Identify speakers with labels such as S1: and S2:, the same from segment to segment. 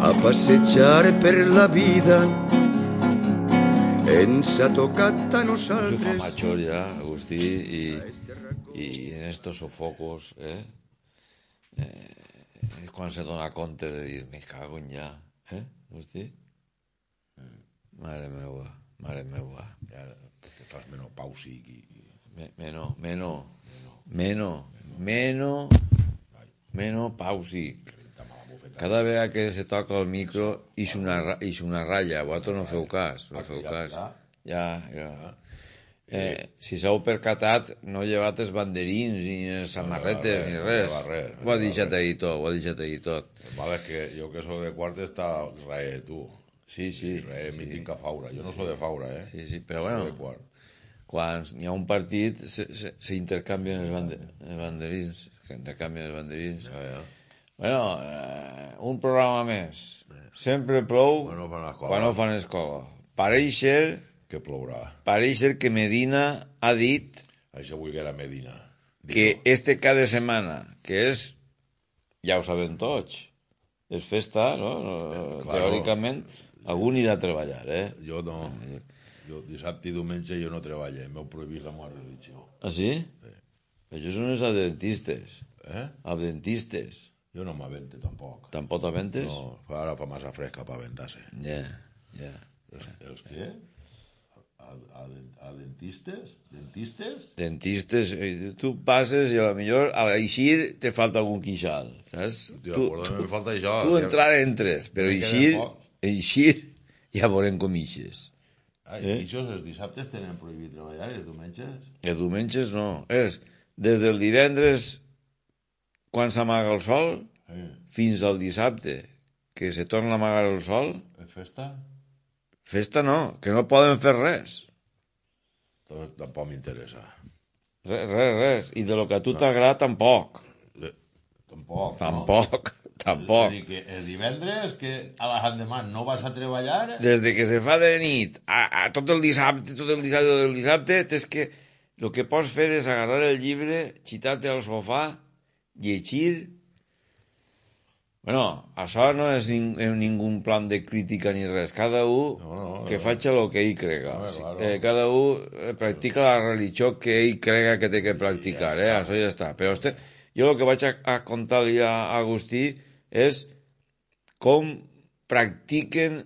S1: a passejar per la vida. Ens ha tocat a
S2: Yo soy
S1: nosaltres...
S2: mayor ya, Agustí, y, y en estos sofocos, ¿eh? Eh, es cuando se dona conte de decir, me cago en ya, ¿eh, Agustí? Madre mía, madre mía.
S3: Ja te fas menopàusic i... i-
S2: Me- Meno, meno, meno, meno, meno pausic. Cada vegada que se toca el micro ix una, ra- ix una ratlla, vosaltres no feu cas,
S3: Ah,
S2: no feu cas. Ja, ja. Eh, si s'heu percatat, no he llevat els banderins, ni les samarretes, ni
S3: no
S2: res.
S3: lleva res, no
S2: Ho ha
S3: lleva
S2: deixat ahir tot, ho ha deixat ahir tot.
S3: El mal és que jo que sóc de Quart està re, tu.
S2: Sí, sí,
S3: Re, sí. m'hi
S2: sí,
S3: tinc a faura. Jo no sóc de faura, eh?
S2: sí, sí però
S3: Sóc de
S2: bueno,
S3: Quart.
S2: quan hi ha un partit s'intercanvien els, bande els banderins, s'intercanvien els banderins. Bueno, eh, un programa més. Sempre plou
S3: Quan no fan escola.
S2: quan no fan escola. Pareixer,
S3: Que plourà.
S2: pareixer que Medina ha dit
S3: Això vull que era Medina.
S2: que este cap de setmana, que és, ja ho sabem tots, és festa, no? no
S3: Eh, claro.
S2: teòricament, algú anirà a treballar, eh?
S3: Jo no... Jo dissabte i diumenge jo no treballo. M'heu prohibit la meva religió.
S2: Ah, sí? Ells són els adventistes.
S3: Eh?
S2: Adventistes.
S3: Jo no m'avente tampoc.
S2: Tampoc aventes?
S3: No, fa- ara fa massa fresca per aventar-se.
S2: Ja, ja.
S3: Els, els què? A, a, a, dentistes? Dentistes?
S2: Dentistes, eh, tu passes i a lo millor a eixir te falta algun quixal, saps?
S3: Tio,
S2: tu,
S3: acorda,
S2: tu,
S3: me falta això.
S2: tu entrar entres, però
S3: Me queda
S2: eixir,
S3: poc.
S2: eixir ja veurem com eixes.
S3: Ai,
S2: eh?
S3: eh? això els dissabtes tenen prohibit treballar, i els diumenges?
S2: Els diumenges no, és des del divendres quan s'amaga el sol
S3: Eh,
S2: fins al dissabte que se torna a amagar el sol,
S3: és Eh, festa?
S2: festa no, que no poden fer res.
S3: Doncs tampoc m'interessa.
S2: Res, res, res. I de lo que a tu t'agrada tampoc.
S3: Eh, Tampoc.
S2: Tampoc,
S3: No? És
S2: tampoc.
S3: a dir, que el divendres, que a les endemà no vas a treballar,
S2: Des de que se fa de nit a, a tot el dissabte, tot el dissabte, tot el dissabte, tens que... El que pots fer és agarrar el llibre, xitar-te al sofà, llegir... Bueno, això no és nin, eh, ningú plan de crítica ni res. Cada un
S3: No, no, no.
S2: que faci el que ell crega.
S3: Home,
S2: Sí,
S3: claro.
S2: eh, cada un eh, practica la religió que ell crega que té que practicar. eh? Això ja està. Però este, jo el que vaig a, a contar-li a Agustí és com practiquen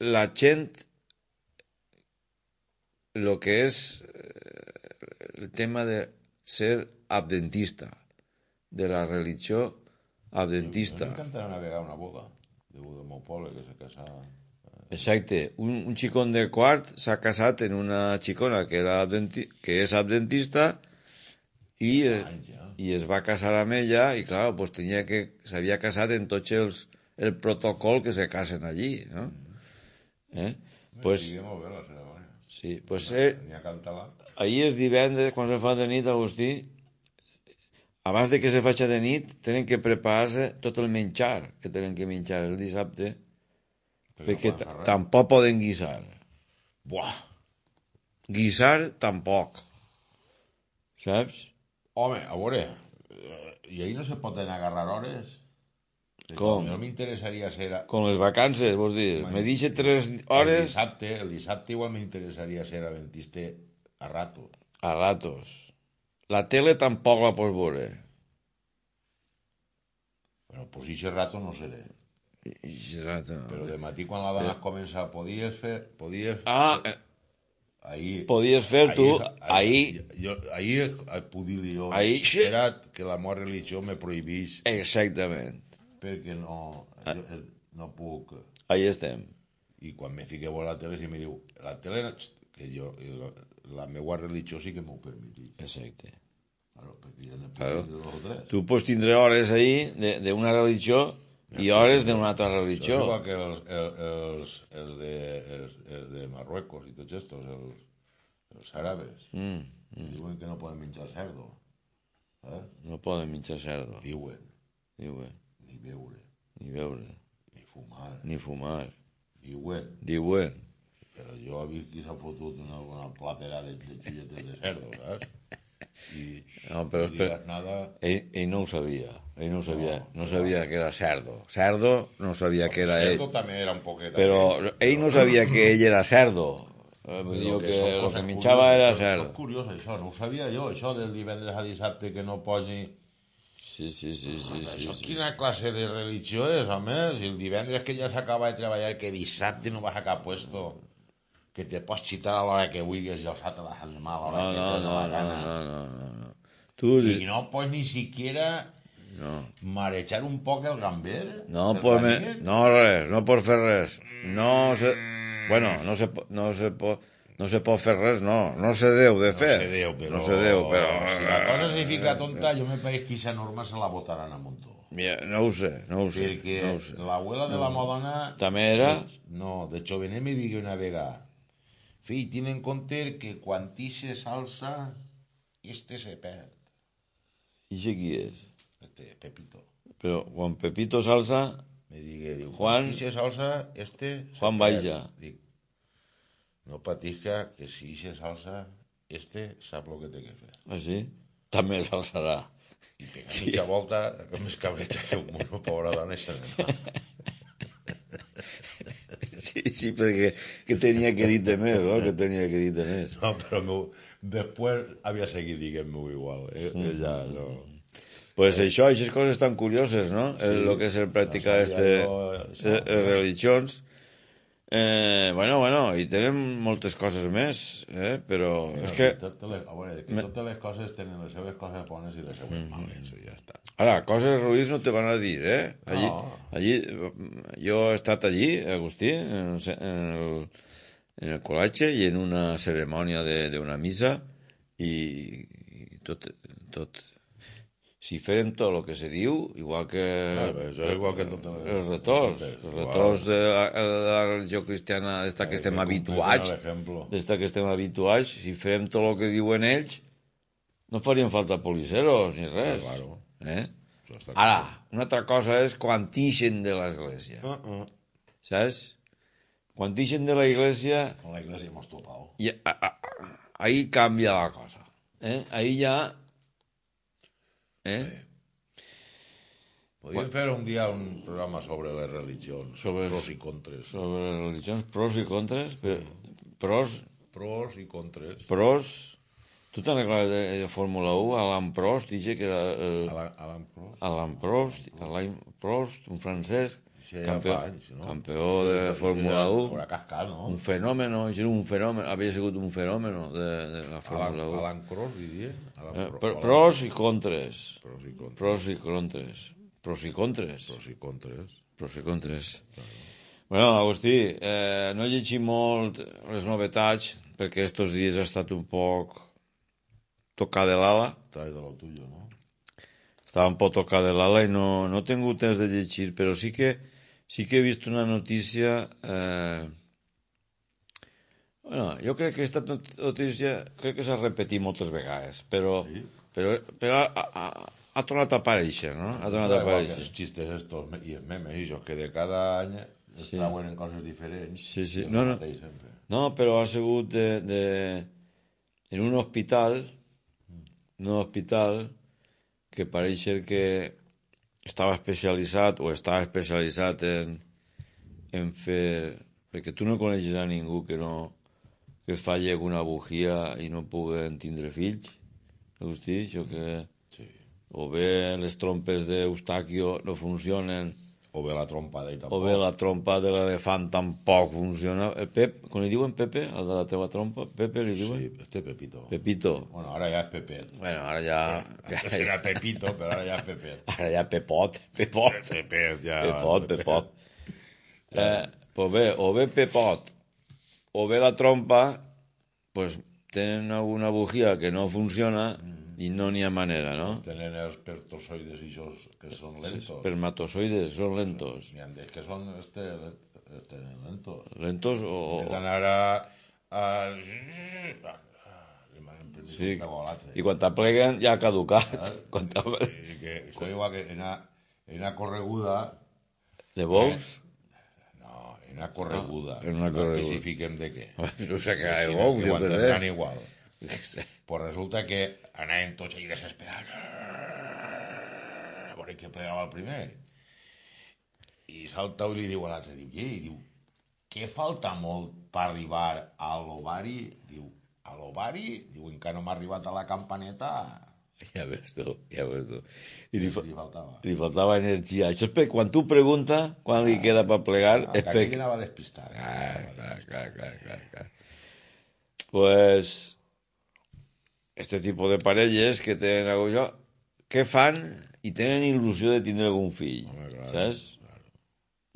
S2: la gent lo que es eh, el tema de ser adventista, de la religió
S3: Em
S2: adventista.
S3: cantarà una vegada una boda de del meu poble que se casava.
S2: Exacte, un, un xicón de quart s'ha casat en una xicona que, era adventi, que és adventista i, eh,
S3: Anys, ja.
S2: i es va casar amb ella i, clar, pues, tenia que... s'havia casat en tots els... el protocol que se casen allí, no? Eh? Pues,
S3: Estigui molt Mm. bé la cerimònia.
S2: sí, pues, eh,
S3: N'hi ha cantar-la.
S2: Ahir és divendres, quan se fa de nit, Agustí, abans de que se faci de nit, tenen que preparar-se tot el menjar que tenen que menjar el dissabte, perquè
S3: no
S2: ta-
S3: poden fer res.
S2: tampoc poden guisar.
S3: Buah!
S2: Guisar, tampoc. Saps?
S3: Home, a veure, eh, i ahir no se poden agarrar hores?
S2: Com?
S3: No m'interessaria ser... A...
S2: Com les vacances, vols dir, me deixa tres
S3: El
S2: hores
S3: dissabte, el dissabte igual m'interessaria ser adventista a rato.
S2: a ratos. La tele tampoc la pots veure.
S3: Però pues ixe rato no seré.
S2: I- i- rato.
S3: Però de matí quan la dona comença, podies fer... Podies...
S2: Ah, eh,
S3: ahir...
S2: podies fer tu, ahir,
S3: Jo, ahir pudir jo.
S2: Ahir, sí.
S3: Era que la meva religió me prohibís
S2: exactament.
S3: perquè no,
S2: Ah.
S3: jo, eh, no puc.
S2: Ahí estem.
S3: I quan me fiqueu a la tele, si me diu, la tele, no- que jo, la, la meva religió sí que m'ho permetís.
S2: Exacte.
S3: Claro, perquè jo no puc
S2: Claro.
S3: dir dos o tres.
S2: Tu pots tindre hores ahir de- d'una religió i hores d'una altra
S3: Això és
S2: religió.
S3: igual que els, els, els, els, de, els, els de Marruecos i tots estos, els, els àrabes. Mm, mm. Diuen que no poden menjar cerdo. Eh?
S2: No poden menjar cerdo,
S3: Diuen,
S2: diuen,
S3: ni beure,
S2: ni beure,
S3: ni fumar.
S2: ni fumar.
S3: Diuen,
S2: Diuen,
S3: però jo he vist qui s'ha fotut una, una platera de, de xulletes de cerdo, saps? i
S2: No, però
S3: no digues
S2: espera.
S3: nada,
S2: Ell, ell no ho sabia, ell no ho sabia, no sabia que era cerdo. Cerdo no sabia que era ell,
S3: Cerdo també era un poquet...
S2: però ell no sabia que ell era cerdo. Eh, Vull dir
S3: Però
S2: que
S3: són
S2: el
S3: coses
S2: que minxava era
S3: curioses, Són
S2: cerdo.
S3: curiós, això, no ho sabia jo, això del divendres a dissabte que no posi...
S2: Sí, sí, sí, sí, sí,
S3: Això
S2: sí.
S3: quina classe de religió és, home? Si el divendres que ja s'acaba de treballar, que dissabte no vas a cap puesto, que te pots xitar a l'hora que vulguis i alçar-te la mà a l'hora
S2: No,
S3: que
S2: no,
S3: et dona
S2: no,
S3: la
S2: no,
S3: gana.
S2: no, no, no, no. Tu,
S3: I
S2: di-
S3: no pots ni siquiera
S2: no.
S3: marejar un poc el gamber?
S2: No,
S3: per
S2: pues
S3: la
S2: me,
S3: nit?
S2: no res, no pot fer res. No se, bueno, no se, po- no se pot no se pot fer res, no. No se deu de fer.
S3: se deu, però...
S2: No se deu, però...
S3: Si la cosa se fica tonta, jo me pareix que aquesta norma se la votaran a Montó.
S2: Mira, no ho sé, no ho sé.
S3: Perquè
S2: No ho sé.
S3: l'abuela de la Madonna... doncs,
S2: També era...
S3: No, de Chauvenet me digué una vegada. Fill, tiene en compte que quan tixe salsa, este se perd.
S2: I això qui és?
S3: Este, Pepito.
S2: Però quan Pepito salsa,
S3: Me digué, diu,
S2: Juan-
S3: quan tixe salsa, este... se
S2: Juan
S3: perd.
S2: Bailla.
S3: Dic, no patisca, que si tixe salsa, este sap lo que té que fer.
S2: així, ah, també salsarà.
S3: I que sí. mitja volta, que més cabreta que un mono, pobra dona, i se n'anà.
S2: Sí, sí, perquè que tenia que dir de més, no? Que tenia que dir de més.
S3: No, però meu, després havia seguit diguent-m'ho igual. Eh? Ella no...
S2: Pues això, aquestes coses tan curioses, no? El, lo que és el practicar
S3: no
S2: este,
S3: sabia jo això.
S2: eh, eh, religions. Eh, bueno, bueno, i tenem moltes coses més, eh? però és que,
S3: Tot, les, a veure, que totes les coses tenen les seves coses bones i les seves males, i ja està.
S2: ara, coses ruïns no te van a dir, eh? Allí,
S3: No.
S2: allí, jo he estat allí, Agustí, en el, ce- en el, en el col·legi i en una cerimònia de- d'una missa i, i tot, tot, si fèrem tot el que se diu, igual que...
S3: Clar, però això és igual que totes les-
S2: Els retorns,
S3: totes,
S2: els
S3: Ah, igual.
S2: retorns de la, de la religió cristiana d'esta que estem habituats,
S3: L'exemple.
S2: d'esta que estem habituats, si farem tot el que diuen ells, no farien falta policeros ni res.
S3: Ah, Claro.
S2: Eh?
S3: Això està
S2: Ara, una altra cosa és quan tixen de l'església,
S3: Uh -uh.
S2: saps? Quan tixen de la iglesia,
S3: Con la iglesia hemos topado.
S2: i, a, a, a, ahí canvia la cosa. Eh? Ahí ja... Eh?
S3: Podríem fer un dia un programa sobre les religions,
S2: Sobre-
S3: pros i contres.
S2: Sobre les religions pros i contres, però, pros
S3: Pros i contres.
S2: Prost, tu t'han aclarat de, de Fórmula 1, Alain Prost, dije que era eh,
S3: Alan, Alan Prost.
S2: Alain Prost, Alain Prost, un francès,
S3: Això ja
S2: campió,
S3: fa anys, no?
S2: campió de Fórmula
S3: Por
S2: 1,
S3: cascar, no?
S2: un fenomen, això era un fenomen, havia sigut un fenomen de, de la
S3: Alan,
S2: Fórmula 1.
S3: Alan Cross, diria. Alan
S2: Eh,
S3: Pro-
S2: pro-
S3: Alan
S2: pros i contres,
S3: Pros i contres.
S2: pros i contres, pros i contres,
S3: Pros i contres.
S2: pros i contres. Bueno, Agustí, eh, no he llegit molt les novetats, perquè estos dies ha estat un poc tocar de l'ala,
S3: Traes de lo tuyo, no?
S2: estava un poc tocada de l'ala i no, no he tingut temps de llegir, però sí que, sí que he vist una notícia... Eh... Bueno, jo crec que aquesta not- notícia crec que s'ha repetit moltes vegades, però, sí? però, però ha, ha, ha tornat a aparèixer, no? Ha tornat a
S3: Da igual que
S2: aparèixer.
S3: els xistes estos me- i els memes i això, que de cada any es trauen en coses diferents.
S2: Sí, sí.
S3: i el
S2: No, no.
S3: mateix sempre.
S2: No, però ha sigut de, de... en un hospital, en un hospital que pareix ser que estava especialitzat o està especialitzat en, en fer... Perquè tu no coneixes a ningú que no que falle una bugia i no puguen tindre fills, Agustí, això que...
S3: Sí.
S2: O bé les trompes d'Eustaquio no funcionen,
S3: O bé la trompa d'ell
S2: o
S3: tampoc.
S2: bé la trompa de l'elefant tampoc funciona. El Pep, quan li diuen Pepe, el de la teva trompa, Pepe li diuen?
S3: Sí, este Pepito.
S2: Pepito.
S3: Bueno, ara ja és Pepet.
S2: Bueno, ara ja...
S3: Antes era Pepito, però ara ja és Pepet.
S2: Ara ja Pepot, Pepot.
S3: Pepet, ja.
S2: Pepot, Pepot. Eh, pues bé, o bé Pepot, o bé la trompa, pues tenen alguna bugia que no funciona i no n'hi ha manera, no?
S3: Tenen els pertosoides i això que són lentos.
S2: Espermatozoides són lentos.
S3: N'hi ha des que són este, este lentos.
S2: Lentos o... o-
S3: Hem d'anar a... a... Sí.
S2: Sí. I quan t'apleguen ja ha caducat. Quan t'apleguen...
S3: I que això igual que en una, en una correguda...
S2: De bous?
S3: No, en una correguda.
S2: en una correguda.
S3: No especifiquem de què.
S2: No sé
S3: Que si no, que ho entendran igual.
S2: Jo què sé.
S3: Pues resulta que anàvem tots ahí desesperats. A veure què plegava el primer. I salta i li diu a l'altre, diu, ei, diu, què falta molt per arribar a l'ovari? Diu, a l'ovari? Diu, encara no m'ha arribat a la campaneta.
S2: Ja veus tu, ja veus tu. I li, fa-
S3: Li faltava.
S2: li faltava energia. Això és per quan tu pregunta quan li queda per plegar,
S3: Ah,
S2: és
S3: que
S2: per...
S3: aquí anava despistat. eh?
S2: Clar, clar, clar, clar, clar, clar. Pues este tipo de parelles que tenen algo jo, què fan i tenen il·lusió de tindre algun fill,
S3: Home, clar,
S2: saps?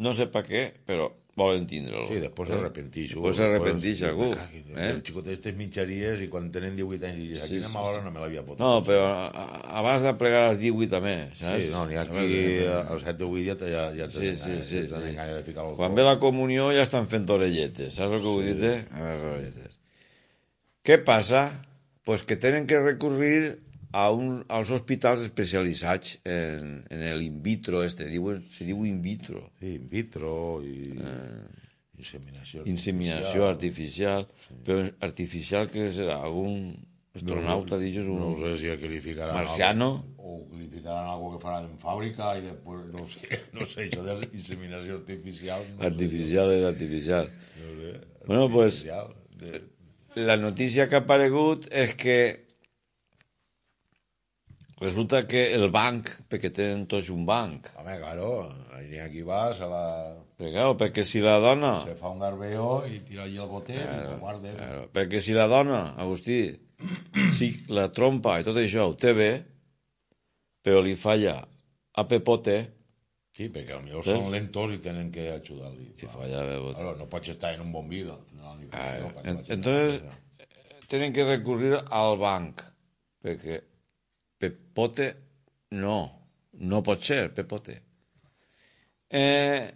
S2: No sé per què, però volen tindre-lo.
S3: Sí, després
S2: Eh?
S3: s'arrepentix.
S2: Després s'arrepentix algú. Eh?
S3: El xicot este mitjaries i quan tenen 18 anys
S2: Sí,
S3: dius, aquí
S2: sí,
S3: sí, hora no me l'havia fotut.
S2: No, però a- a- abans de plegar als 18 també, saps? eh?
S3: Sí, no, ni aquí eh, als 7 o 8 ja, te- ja, ja
S2: Sí, sí, sí, sí.
S3: ja tenen ganes de ficar el
S2: Quan
S3: cul.
S2: ve la comunió ja estan fent orelletes, saps el que vull dir-te? A veure, orelletes. Què passa? Pues que tenen que recurrir a un, als hospitals especialitzats en, en el in vitro, este, diuen, se diu in vitro,
S3: Sí, in vitro i... Inseminació.
S2: Eh. inseminació artificial, però artificial que serà algun astronauta, dius, un...
S3: No ho sé si és que li ficaran...
S2: Marciano.
S3: Algo, o que li ficaran algo que faran en fàbrica i després, no ho sé, no ho sé, això de inseminació artificial... No
S2: Artificial és artificial.
S3: Sé, no ho sé,
S2: Bueno, pues,
S3: artificial, de,
S2: la notícia que ha aparegut és que resulta que el banc, perquè tenen tots un banc,
S3: home, claro, n'hi ha qui vas a la...
S2: perquè, claro, perquè si la dona...
S3: Se fa un garbeo i tira allí el botet i ho guarda.
S2: Claro, perquè si la dona, Agustí, si la trompa i tot això ho té bé, però li falla a Pepote,
S3: Sí, perquè potser són lentos i tenen que ajudar-li.
S2: li falla a Pepote.
S3: Claro, no pots estar en un bon vida. No, ni
S2: Ah,
S3: per això,
S2: en-
S3: perquè
S2: Entonces, tienen que recurrir al banc, perquè Pepote no, no pot ser Pepote. Eh,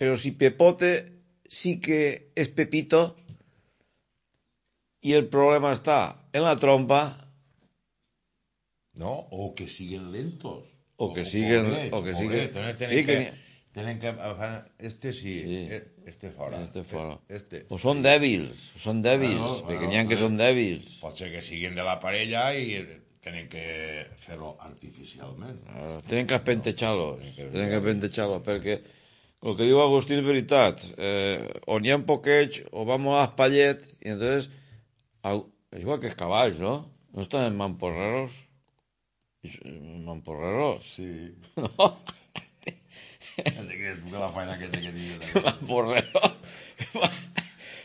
S2: però si Pepote sí que és Pepito i el problema està en la trompa,
S3: No, o que siguen lentos. eh,
S2: O que siguen- o que siguen- sí,
S3: Sí,
S2: que
S3: que...
S2: ni-
S3: Tenen que agafar- Este sí, eh, este fora.
S2: este fora.
S3: Este.
S2: o són dèbils, o són dèbils,
S3: Claro, claro,
S2: perquè n'hi ha que
S3: claro.
S2: són dèbils.
S3: Pot ser que siguin de la parella i tenen que fer-lo artificialment.
S2: Ara, Tenen que pentejar-los, tenen que pentejar-los, perquè el que diu Agustí és veritat, eh, on hi ha poqueig o va molt espallet, i entonces, au, és igual que els cavalls, no? No estan en mamporreros? És- Mamporreros?
S3: Sí.
S2: No,
S3: Te creus tu que la feina que té que dir. també.
S2: mamporreros.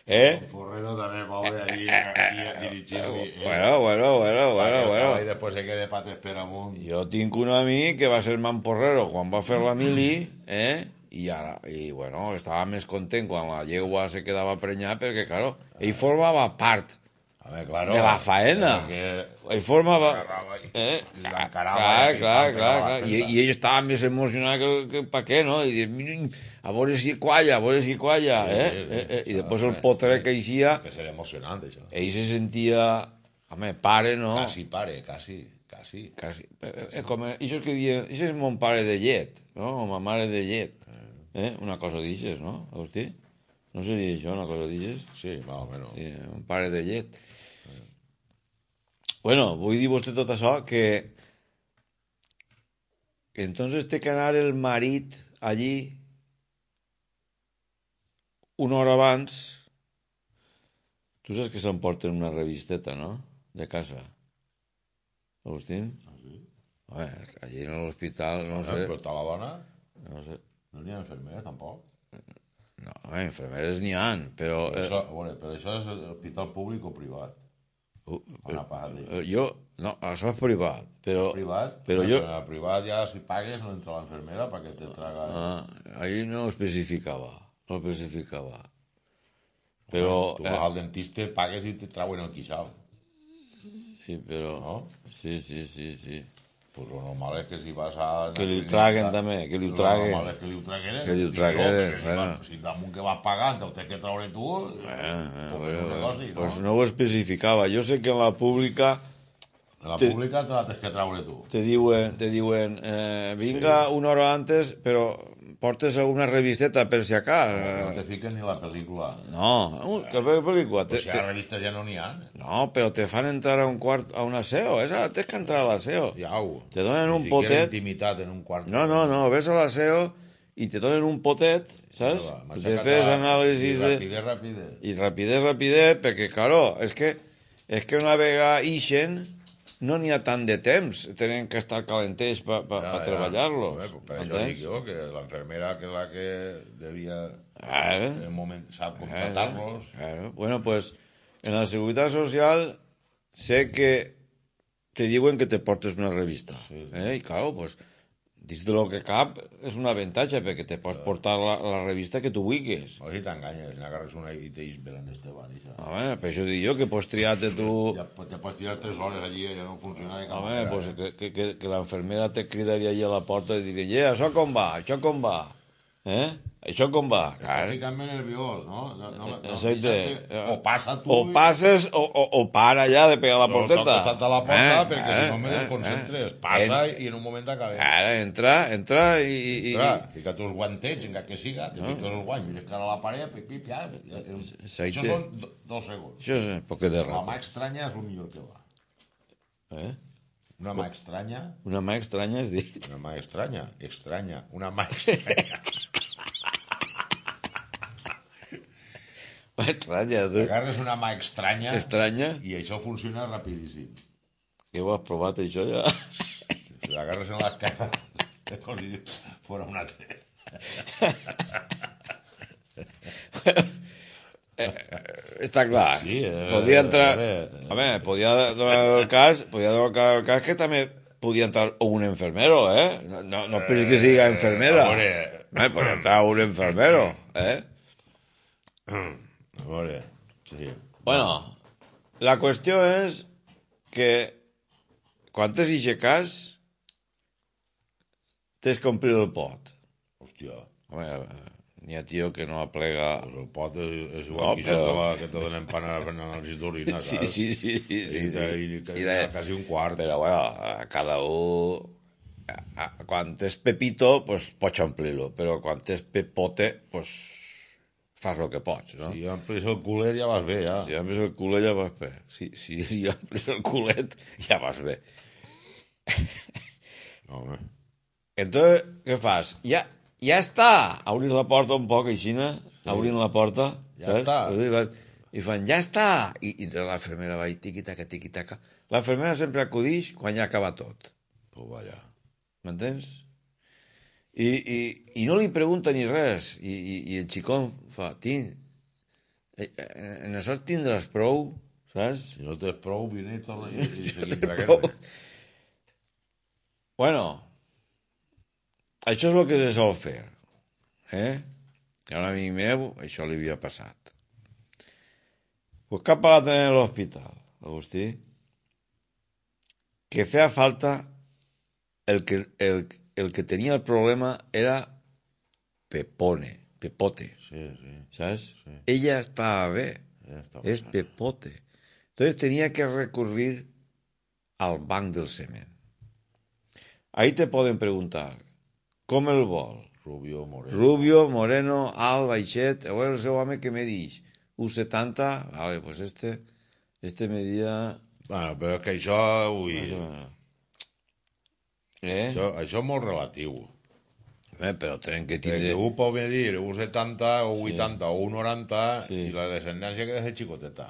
S2: Eh?
S3: Forrero també, pobre, ahí, aquí dirigint-li. eh.
S2: Bueno, bueno, bueno, bueno,
S3: I
S2: bueno.
S3: després se queda pates per amunt.
S2: Jo tinc un amic que va ser mamporrero quan va fer la mili, eh? I ara, i bueno, estava més content quan la llegua se quedava prenyar perquè, claro, ell formava part
S3: A ver, claro.
S2: de la faena.
S3: Perquè-
S2: Ell formava...
S3: Agarrava i-
S2: Eh?
S3: i
S2: Clar,
S3: l'encarava eh,
S2: clar,
S3: i
S2: clar,
S3: pam,
S2: clar,
S3: pegava
S2: clar.
S3: la
S2: I,
S3: peta.
S2: I ell estava més emocionat que, que pa què, no? I dius, "Mira, a veure si qualla, a veure si qualla, eh?
S3: sí, sí.
S2: eh, eh? I després el potre que eixia,
S3: Que serà emocionant, això.
S2: ell se sentia... Home, pare, no?
S3: Casi pare, casi, casi.
S2: Quasi. És com... eh, Això que diuen... Això és mon pare de llet, no? O ma mare de llet. Eh? Una cosa d'ixes, no, Agustí? No seria això, una cosa d'ixes?
S3: Sí, más o menos.
S2: Sí, Eh, un pare de llet. Bueno, vull dir vostè tot això que... que entonces té que anar el marit allí una hora abans. Tu saps que s'emporten una revisteta, no? De casa. Agustín? Home, allí en l'hospital, no
S3: No sé,
S2: sé...
S3: però està la dona,
S2: No, sé.
S3: no n'hi ha infermera, tampoc.
S2: no home, infermeres n'hi han, però... eh,
S3: Però això, a veure, però això és hospital públic o privat?
S2: Uh,
S3: Una paga de...
S2: eh, jo... No, això és privat, però...
S3: Privat?
S2: Però
S3: Ah,
S2: jo-
S3: En el privat ja, si pagues, no entra la infermera perquè te traga...
S2: Ah, ahí no especificaba, no especificaba. Però,
S3: tu
S2: eh,
S3: vas al dentista, pagues i te trauen el quixal,
S2: sí, però...
S3: no? Ah,
S2: Sí, sí, sí, sí.
S3: Pues lo normal és que si vas a...
S2: Que li ho traguen, també, que li ho
S3: Lo normal
S2: traguen.
S3: és que li ho tragueren.
S2: Que li ho
S3: I
S2: tragueren,
S3: no, perquè
S2: bueno.
S3: Si, va, si damunt que vas pagant, te'l tens que traure tu, eh,
S2: Ah,
S3: pues,
S2: bueno,
S3: un negoci,
S2: pues
S3: no?
S2: no ho especificava. Jo sé que en la pública
S3: la pública te la tens que traure tu.
S2: te diuen, te diuen eh, vinga una hora antes, però portes alguna revisteta per si
S3: No
S2: acá.
S3: te fiques ni la pel·lícula.
S2: No, uh, que bé pel·lícula.
S3: O
S2: Te,
S3: sigui, a
S2: te,
S3: revistes ja no n'hi ha. eh.
S2: no, però te fan entrar a un quart, a una SEO. Esa, tens que entrar a la SEO.
S3: Ja ho.
S2: Te donen
S3: Ni
S2: un
S3: siquiera
S2: potet.
S3: intimitat en un quart.
S2: No, no, no, ves a la SEO i te donen un potet, saps? Te fes anàlisis de...
S3: Ràpide, ràpide.
S2: I rapidet, rapidet, perquè, claro, és que, és que una vegada ixen no n'hi ha tant de temps. Tenen que estar calenters per pa, pa treballar-los.
S3: Bé, Per això
S2: entens?
S3: dic jo que l'enfermera que la que devia...
S2: Claro.
S3: En el moment sap com
S2: Claro,
S3: tratar-los.
S2: claro. Bueno, pues en la Seguridad Social sé que te diuen que te portes una revista. Eh? I, claro, pues, dins de lo que cap és un avantatge, perquè te pots portar la, la revista que tu vulguis.
S3: No sé si t'enganyes, n'agarres una i te'ls velen Esteban. I ja.
S2: Home, per això dic jo que pots triar de tu...
S3: ja pot- te pots tirar tres hores allí i ja no funciona eh, de cap
S2: Oh. Home, pues, que, que, que, que l'enfermera te cridaria allà a la porta i diria, yeah, això com va, això com va, eh? Això com va?
S3: Estic
S2: Clar, Eh,
S3: ficant-me nerviós, no? no, no, no
S2: Exacte.
S3: fixa't, o passa tu...
S2: o passes o, o, o para allà de pegar la
S3: Però t'ha
S2: porteta.
S3: costat a la porta
S2: Eh,
S3: perquè
S2: eh,
S3: si no me
S2: eh,
S3: desconcentres.
S2: eh.
S3: Passa
S2: En-
S3: i en un moment acabem.
S2: Ara, entra, entra i... i, i
S3: Clar, fica't els guantets, encara que siga, te fiques els guanys, mires cara a la paret, pip, pip, ja,
S2: Eh,
S3: ja, ja.
S2: Exacte.
S3: Això són do- dos segons.
S2: això és poc de
S3: La
S2: rap.
S3: mà estranya és el millor que va.
S2: Eh?
S3: Una mà estranya,
S2: Una mà estranya has dit.
S3: una mà estranya, estranya, una mà estranya.
S2: Estranya, tu.
S3: Agarres una mà estranya
S2: Estranya,
S3: i això funciona rapidíssim.
S2: que ho has provat això ja.
S3: Si l'agarres en la cara, és com si fos una altra.
S2: Està clar.
S3: Sí, eh,
S2: podia entrar...
S3: eh, eh.
S2: a veure, podia donar el cas, podia donar el cas que també podia entrar un enfermero, eh? No, no, no pensis que siga enfermera.
S3: a veure.
S2: Eh, podia entrar un enfermero, eh?
S3: A veure, sí.
S2: Bueno, la qüestió és que quan tens aquest cas, tens que omplir el pot.
S3: Hòstia,
S2: A veure, n'hi ha tio que no aplega...
S3: pues el pot és, és
S2: No,
S3: igual que
S2: però-
S3: això de la que te donen pan a l'anàlisi d'orina,
S2: Sí,
S3: saps?
S2: sí, sí, sí, sí, sí.
S3: I, de- i,
S2: Sí,
S3: i,
S2: de-
S3: quasi un quart.
S2: Però, bueno, a cada un... A, a, quan tens pepito, pues, pots omplir-lo, però quan tens pepote, pues, fas el que pots, no?
S3: Si ja amplis el culer ja vas bé, ja.
S2: Si amplis el culet ja vas bé. Si, si ja amplis el culet ja vas bé.
S3: No, home.
S2: Entonces, què fas? Ja, ja està! Obris la porta un poc, així, obrint la porta,
S3: Ja
S2: saps?
S3: està.
S2: I va- I fan, ja està! I, i la enfermera va i tiqui-taca, tiqui-taca. La enfermera sempre acudix quan ja acaba tot.
S3: Pues vaja.
S2: M'entens? I, i, I no li pregunta ni res. I, i, i el xicón fa, tin, eh, eh, en la sort tindràs prou, saps?
S3: Si no tens prou, vine i torna i, i seguim traguem.
S2: Prou. Bueno, això és el que se sol fer. Eh? Que a un amic meu això li havia passat. Pues que ha pagat en l'hospital, Agustí, que feia falta el que, el, el que tenia el problema era Pepone, Pepote,
S3: Sí, sí,
S2: ¿sabes? Ella estaba bé.
S3: ja està.
S2: es pepote. Entonces tenía que recurrir al banc del semen. Ahí te pueden preguntar, com el vol?
S3: Rubio Moreno.
S2: Rubio, Moreno, Al, Baixet, o el seu home que me dix, U70, vale, pues este, este medía...
S3: Bueno, però és que això, ui, això,
S2: Eh?
S3: això, això és molt relatiu.
S2: eh però tenen que
S3: Perquè
S2: tindre...
S3: un pot medir un 70 o 80 o un 90
S2: Sí.
S3: i la descendència queda de xicoteta.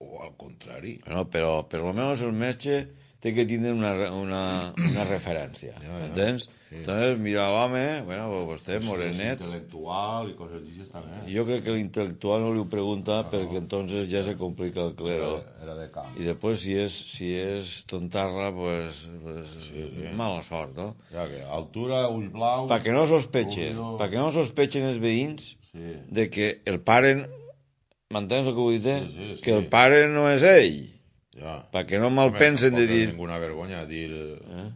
S3: O al contrari.
S2: Bueno, però per lo menos el metge té que tindre una, re- una, una referència, entens? Entonces, mira l'home, bueno, pues vostè, morenet,
S3: Intel·lectual i coses d'això també.
S2: Yo creo que el intelectual no lo pregunta porque entonces ya se complica el clero.
S3: Era de camp.
S2: Y después si es si es tontarra, pues, pues mala sort, ¿no?
S3: Ja que altura, ulls blaus...
S2: Para que no sospechen,
S3: Rubio.
S2: para que no sospechen els veïns
S3: Sí.
S2: de que el paren, m'entens el que vull dir?
S3: Sí, sí, sí.
S2: Que el pare no és ell,
S3: Ja.
S2: para que no mal pensen de
S3: Tampoc és
S2: dir,
S3: Ninguna vergonya dir... Eh?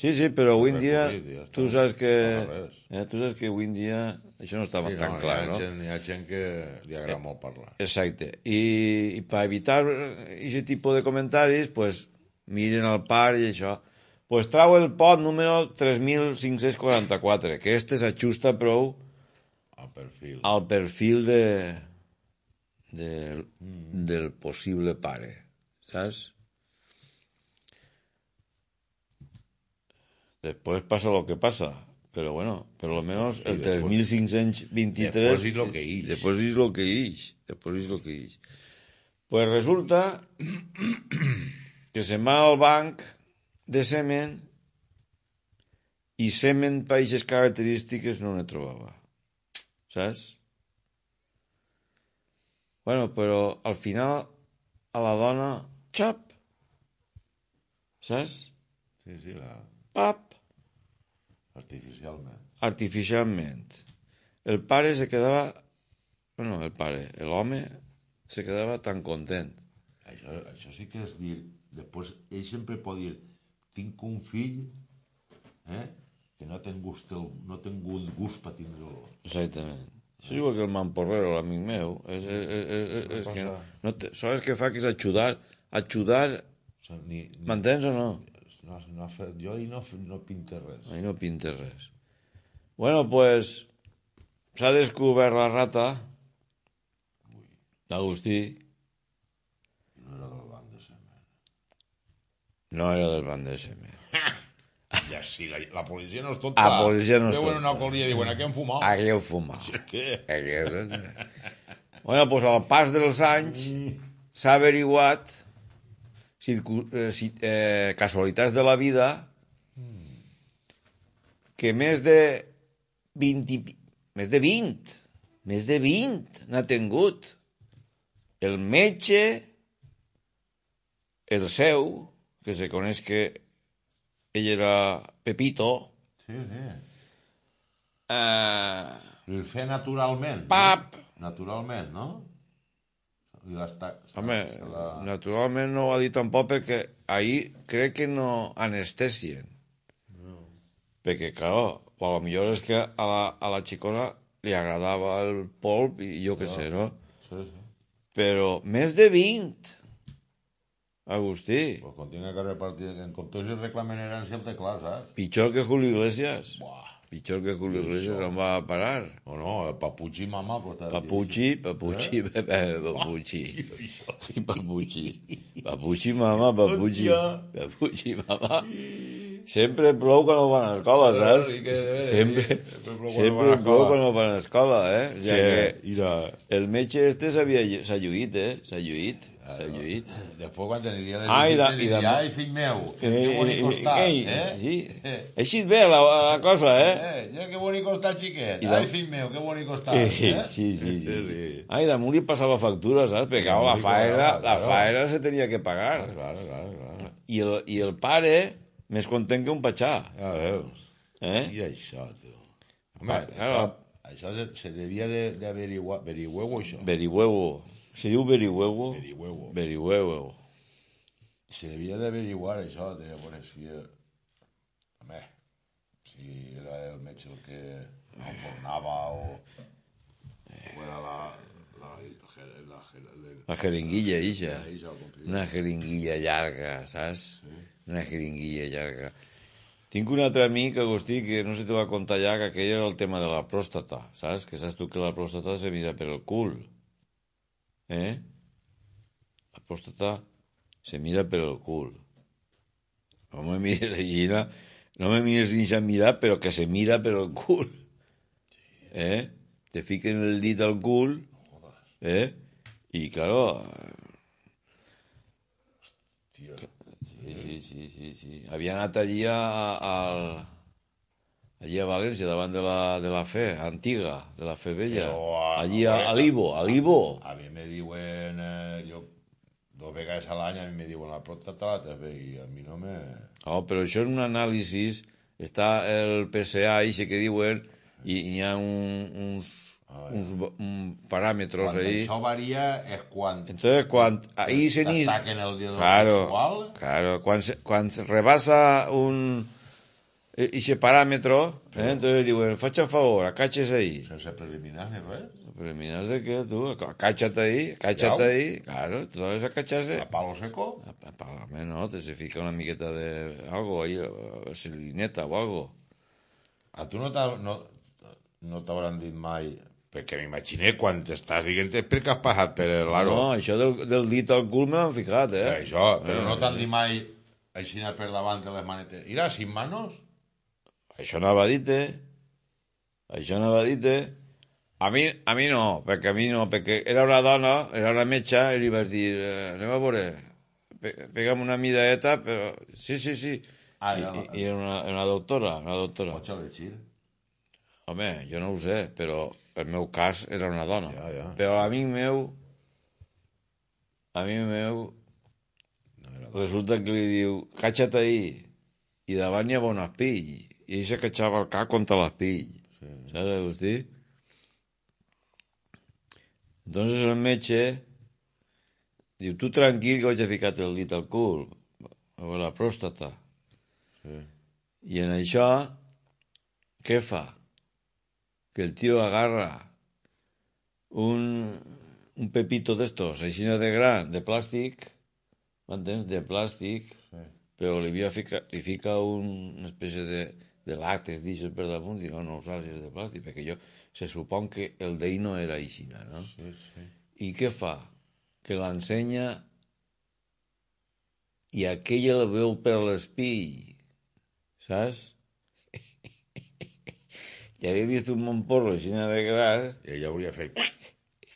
S2: sí, sí, però avui en dia
S3: Recorrit, ja està.
S2: tu saps que
S3: No res.
S2: eh, tu saps que avui en dia això no estava
S3: Sí, no,
S2: tan clar,
S3: hi, ha
S2: no?
S3: gent, hi ha gent que li agrada molt parlar.
S2: Exacte. I, i per evitar aquest tipus de comentaris, pues, miren al par i això. pues trau el pot número 3544, que este s'ajusta prou
S3: al perfil.
S2: al perfil de, de, del possible pare, saps? Després passa el que passa, però bueno, per lo menos el
S3: Sí, després-
S2: 3523...
S3: després és lo que ix.
S2: Després és lo que ix. Després és lo que ix. Pues resulta que se'n va al banc de semen i semen per aquestes característiques no ne trobava. Saps? Bueno, però al final a la dona, xap, saps?
S3: Sí, sí, la,
S2: Pap,
S3: artificialment.
S2: artificialment. El pare se quedava... Bueno, el pare, l'home se quedava tan content.
S3: Això, això sí que és dir... Després, ell sempre pot dir, tinc un fill eh, que no ha tingut, el, no ha tingut gust per tindre-lo.
S2: Exactament. Això diu que el mamporrero, l'amic meu, és, és, és, és, és que no, no té, saps què fa que és ajudar, ajudar,
S3: O sigui, ni, ni,
S2: m'entens o no?
S3: no, no ha fet, jo ell no, no pinta res.
S2: Ahí no pintes res. Bueno, pues, s'ha descobert la rata d'Agustí,
S3: I no era del banc de semen.
S2: no era del banc de semen.
S3: Ja sí, la, la policia no és tonta.
S2: La policia no és
S3: Veuen
S2: tonta. Ah.
S3: una colia i diuen, a què han fumat?
S2: Aquí heu fumat.
S3: Què?
S2: Bueno, doncs al pas dels anys s'ha averiguat circu- eh, ci- eh, casualitats de la vida que més de 20, i pi- més de 20, més de 20 n'ha tingut. El metge, el seu, que se coneix que ell era Pepito,
S3: Sí, sí.
S2: eh,
S3: El fer naturalment.
S2: Pap!
S3: No? Naturalment, no? I l'està...
S2: Home,
S3: se la-
S2: naturalment no ho ha dit tampoc perquè ahir crec que no anestesien. Perquè, clar, a lo millor és que a la, a la xicona li agradava el polp i jo què sé, no?
S3: Sí, sí.
S2: Però més de 20, Agustí.
S3: Pues quan tinga que repartir, en comptes li reclamen herència, té clar, saps?
S2: Pitjor que Julio Iglesias.
S3: Buah.
S2: Pitjor que Julio Iglesias on va a parar.
S3: No, no, el papuchi mamà... Pues, t'ha de dir
S2: Papuchi, papuchi, papuchi.
S3: això.
S2: Papuchi. Papuchi, mama, papuchi.
S3: Hòstia.
S2: Papuchi, mama. Sempre plou quan no van a escola, saps?
S3: sí que-
S2: Sempre,
S3: sí, sempre plou quan no
S2: sempre
S3: van a
S2: plou
S3: escola.
S2: quan no van a escola, eh? O
S3: Sí,
S2: sigui que
S3: i la...
S2: el metge este s'havia llu- s'ha lluït, eh? S'ha lluït, s'ha lluït.
S3: Després quan aniria a les
S2: Ai, da-
S3: visites,
S2: i
S3: li diria,
S2: demà-
S3: ai, fill meu, que
S2: Ei, ei,
S3: bonic està,
S2: ei,
S3: eh?
S2: Eh, sí.
S3: Eh,
S2: Ha eixit bé la, la cosa, eh?
S3: eh, ja, que bonic està, xiquet.
S2: I de-
S3: Ai, fill meu, que bonic està,
S2: Eh,
S3: eh?
S2: Sí, sí, sí.
S3: sí.
S2: Ai, damunt li passava factura, saps? Perquè oh, la
S3: Damunt li
S2: faena,
S3: cobrava,
S2: la
S3: claro.
S2: faena se tenia que pagar.
S3: Claro, claro, claro.
S2: I el, i el pare, més content que un patxà,
S3: Ja veus.
S2: eh?
S3: I això, tu. Home, això,
S2: claro.
S3: això se, se devia de- d'averiguar... De, Averigueu això.
S2: Berihuevo. Se diu Berihuevo?
S3: Averigueu.
S2: Berihuevo.
S3: Se devia d'averiguar això, de veure si... eh, Home, si era el metge el que enfornava o... O era la... la, la, la, la,
S2: La jeringuilla ixa.
S3: la, la
S2: Una jeringuilla llarga, saps? Una jeringuilla llarga. Tinc un altre amic, Agustí, que no sé si t'ho va contar ja, que aquell era el tema de la pròstata, saps? Que saps tu que la pròstata se mira per el cul. Eh? La pròstata se mira per el cul. No me mires allà, no me mires ni a mirar, però que se mira per el cul. Eh? Te fiquen el dit al cul, eh? I, claro,
S3: Tio,
S2: Sí, sí, sí, sí, sí. Havia anat allí a, a, allí a València, davant de la, de la fe antiga, de la fe vella.
S3: Però, ah,
S2: allí a, a l'Ivo, a l'Ivo.
S3: a mi me diuen... Eh, jo, dos vegades a l'any a mi me diuen la pròstata la teva i a mi no me...
S2: Oh, però això és un anàlisi, està el PSA, ixe que diuen, i i n'hi ha un, uns, uns bo- un paràmetres
S3: Quan
S2: ahí.
S3: això varia és quan
S2: Entonces, quan ahí se n'hi...
S3: t'ataquen el dia del
S2: Claro,
S3: sexual...
S2: claro. Quan, se, quan se rebasa un, eh, i aquest paràmetre, eh? entonces diuen, faig un favor, acatxes ahí.
S3: Sense preliminars ni res.
S2: Preliminars de què, tu? Acatxa't ahí, acatxa't
S3: Ja.
S2: ahí. Claro, tu no és acatxar-se.
S3: A palo seco.
S2: Apágame, no, te se fica una miqueta de algo ahí, eh, silineta o algo.
S3: A tu no t'ha- no, no t'hauran dit mai... Perquè m'imaginé quan t'estàs dient per què has passat per l'aro.
S2: No, eh. això del, del dit al cul m'han ficat, eh?
S3: Per això, però no t'han dit mai així anar per davant de les manetes. Irà sin manos?
S2: Això anava dit, eh? Això anava dit, eh? A mi, a mi no, perquè a mi no, perquè era una dona, era una metge, i li vaig dir, eh, anem a veure, pe- pega'm una midaeta, però... Sí, sí, sí.
S3: Ah,
S2: I,
S3: era
S2: i,
S3: la-
S2: i era una, una doctora, una doctora.
S3: Pots elegir.
S2: Home, jo no ho sé, però el meu cas era una dona.
S3: Ja, ja.
S2: Però amic meu, amic meu, resulta que li diu, catxa't ahir, i davant hi havia un espill, i ell se catxava el cap contra l'espill. Sí. Saps què vull dir? Entonces el metge diu, tu tranquil que vaig a ficar-te el dit al cul, o a la pròstata. Sí. I en això, què fa? Que el tio agarra un, un pepito d'estos, així de gran, de plàstic, m'entens? De plàstic, sí. però li, havia fica, li fica un, una espècie de, de làtex d'això per damunt, diu, no, no ho saps, és de plàstic, perquè jo se supon que el d'ell no era així, no? Sí, sí. I què fa? Que l'ensenya i aquella la veu per l'espill, saps? Ja havia vist un montporro així de gran,
S3: I ella hauria fet...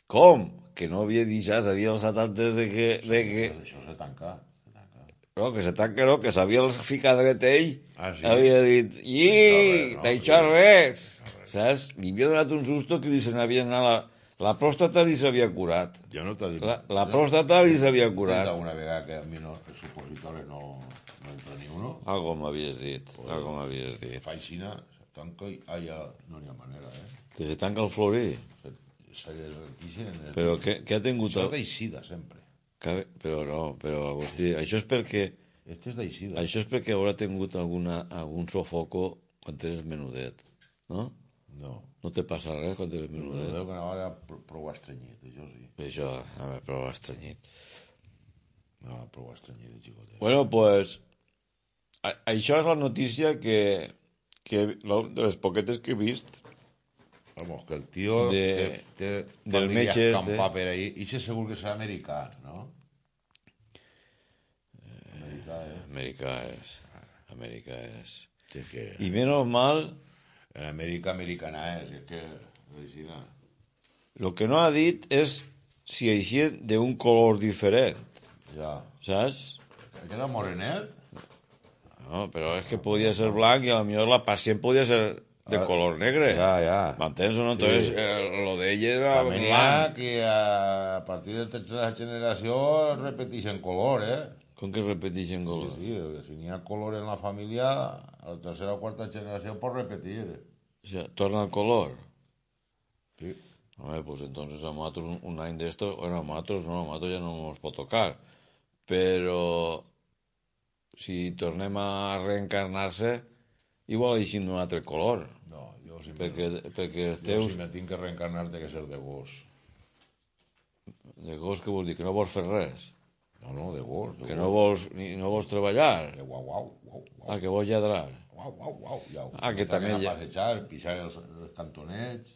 S2: com? Que no havia dit ja, s'havia alçat antes de que... De que...
S3: Això s'ha tancat. s'ha tancat.
S2: No, que se tanca, no, que s'havia ficat dret ell.
S3: Ah, sí?
S2: Havia dit,
S3: D'això res,
S2: i,
S3: no?
S2: d'això res. Saps? Li havia donat un susto que li se n'havia anat la... La pròstata li s'havia curat.
S3: Jo no t'ho dic.
S2: La, la pròstata li s'havia curat.
S3: Una vegada que a mi no, el supositori no, no entra ni uno,
S2: Algo m'havies dit, algo m'havies dit.
S3: fa aixina, se tanca i ah, ja no n'hi ha manera, eh?
S2: Que se tanca el florí.
S3: Se- Se desrentissin en el...
S2: Però tota- què, què ha tingut...
S3: Això és
S2: El...
S3: d'aixida, sempre.
S2: que- Però no, però, hosti, això és perquè...
S3: Este és d'aixida.
S2: Això és perquè haurà tingut alguna, algun sofoco quan eres menudet, no?
S3: No.
S2: No te passa res quan eres
S3: No
S2: menudet.
S3: deu que no era pr- prou estrenyit, això sí.
S2: Això, a veure, però estranyit.
S3: No, prou estrenyit, eh. de xicotet.
S2: Bueno, pues, a, això és la notícia que, que no, de les poquetes que he vist,
S3: Vamos, que el tio
S2: De-
S3: té, té
S2: del
S3: família
S2: metge este.
S3: escampada per ahí. I se segur que serà americà, no? Americà, eh?
S2: Amèrica és... Amèrica és...
S3: Sí que...
S2: I menys mal,
S3: En Amèrica americana és, és que... Regina.
S2: el que no ha dit és si eixien d'un color diferent,
S3: Ja.
S2: saps?
S3: Que era morenet?
S2: No, però és que podia ser blanc i a lo millor la pacient podia ser de color negre.
S3: Ah, ja.
S2: ¿Mantens o no? Entonces, eh, lo de ella era
S3: Amèrica
S2: blanc.
S3: que a partir de tercera generació repeteixen color, eh?
S2: Com que repeteixen
S3: Sí,
S2: color?
S3: sí, perquè si n'hi ha color en la família, a la tercera o quarta generació pot repetir.
S2: O sea, torna al color.
S3: Sí.
S2: Home, pues entonces a nosaltres un, un any d'esto... Bueno, a nosaltres no, a nosaltres ja no ens pot tocar. Però si tornem a reencarnar-se, igual eixim d'un altre color.
S3: No, jo si me,
S2: Perquè, perquè els
S3: jo,
S2: teus...
S3: si me tinc que reencarnar té que ser de gos.
S2: De gos que vols dir? Que no vols fer res?
S3: No, no, de gos. De,
S2: Que
S3: gos.
S2: no vols, ni, no vols treballar?
S3: de guau, guau, guau, guau,
S2: Ah, que vols lladrar?
S3: guau, guau, guau. Ja,
S2: Ah, que també
S3: Ja...
S2: ja-
S3: passejar, pisar els, els cantonets...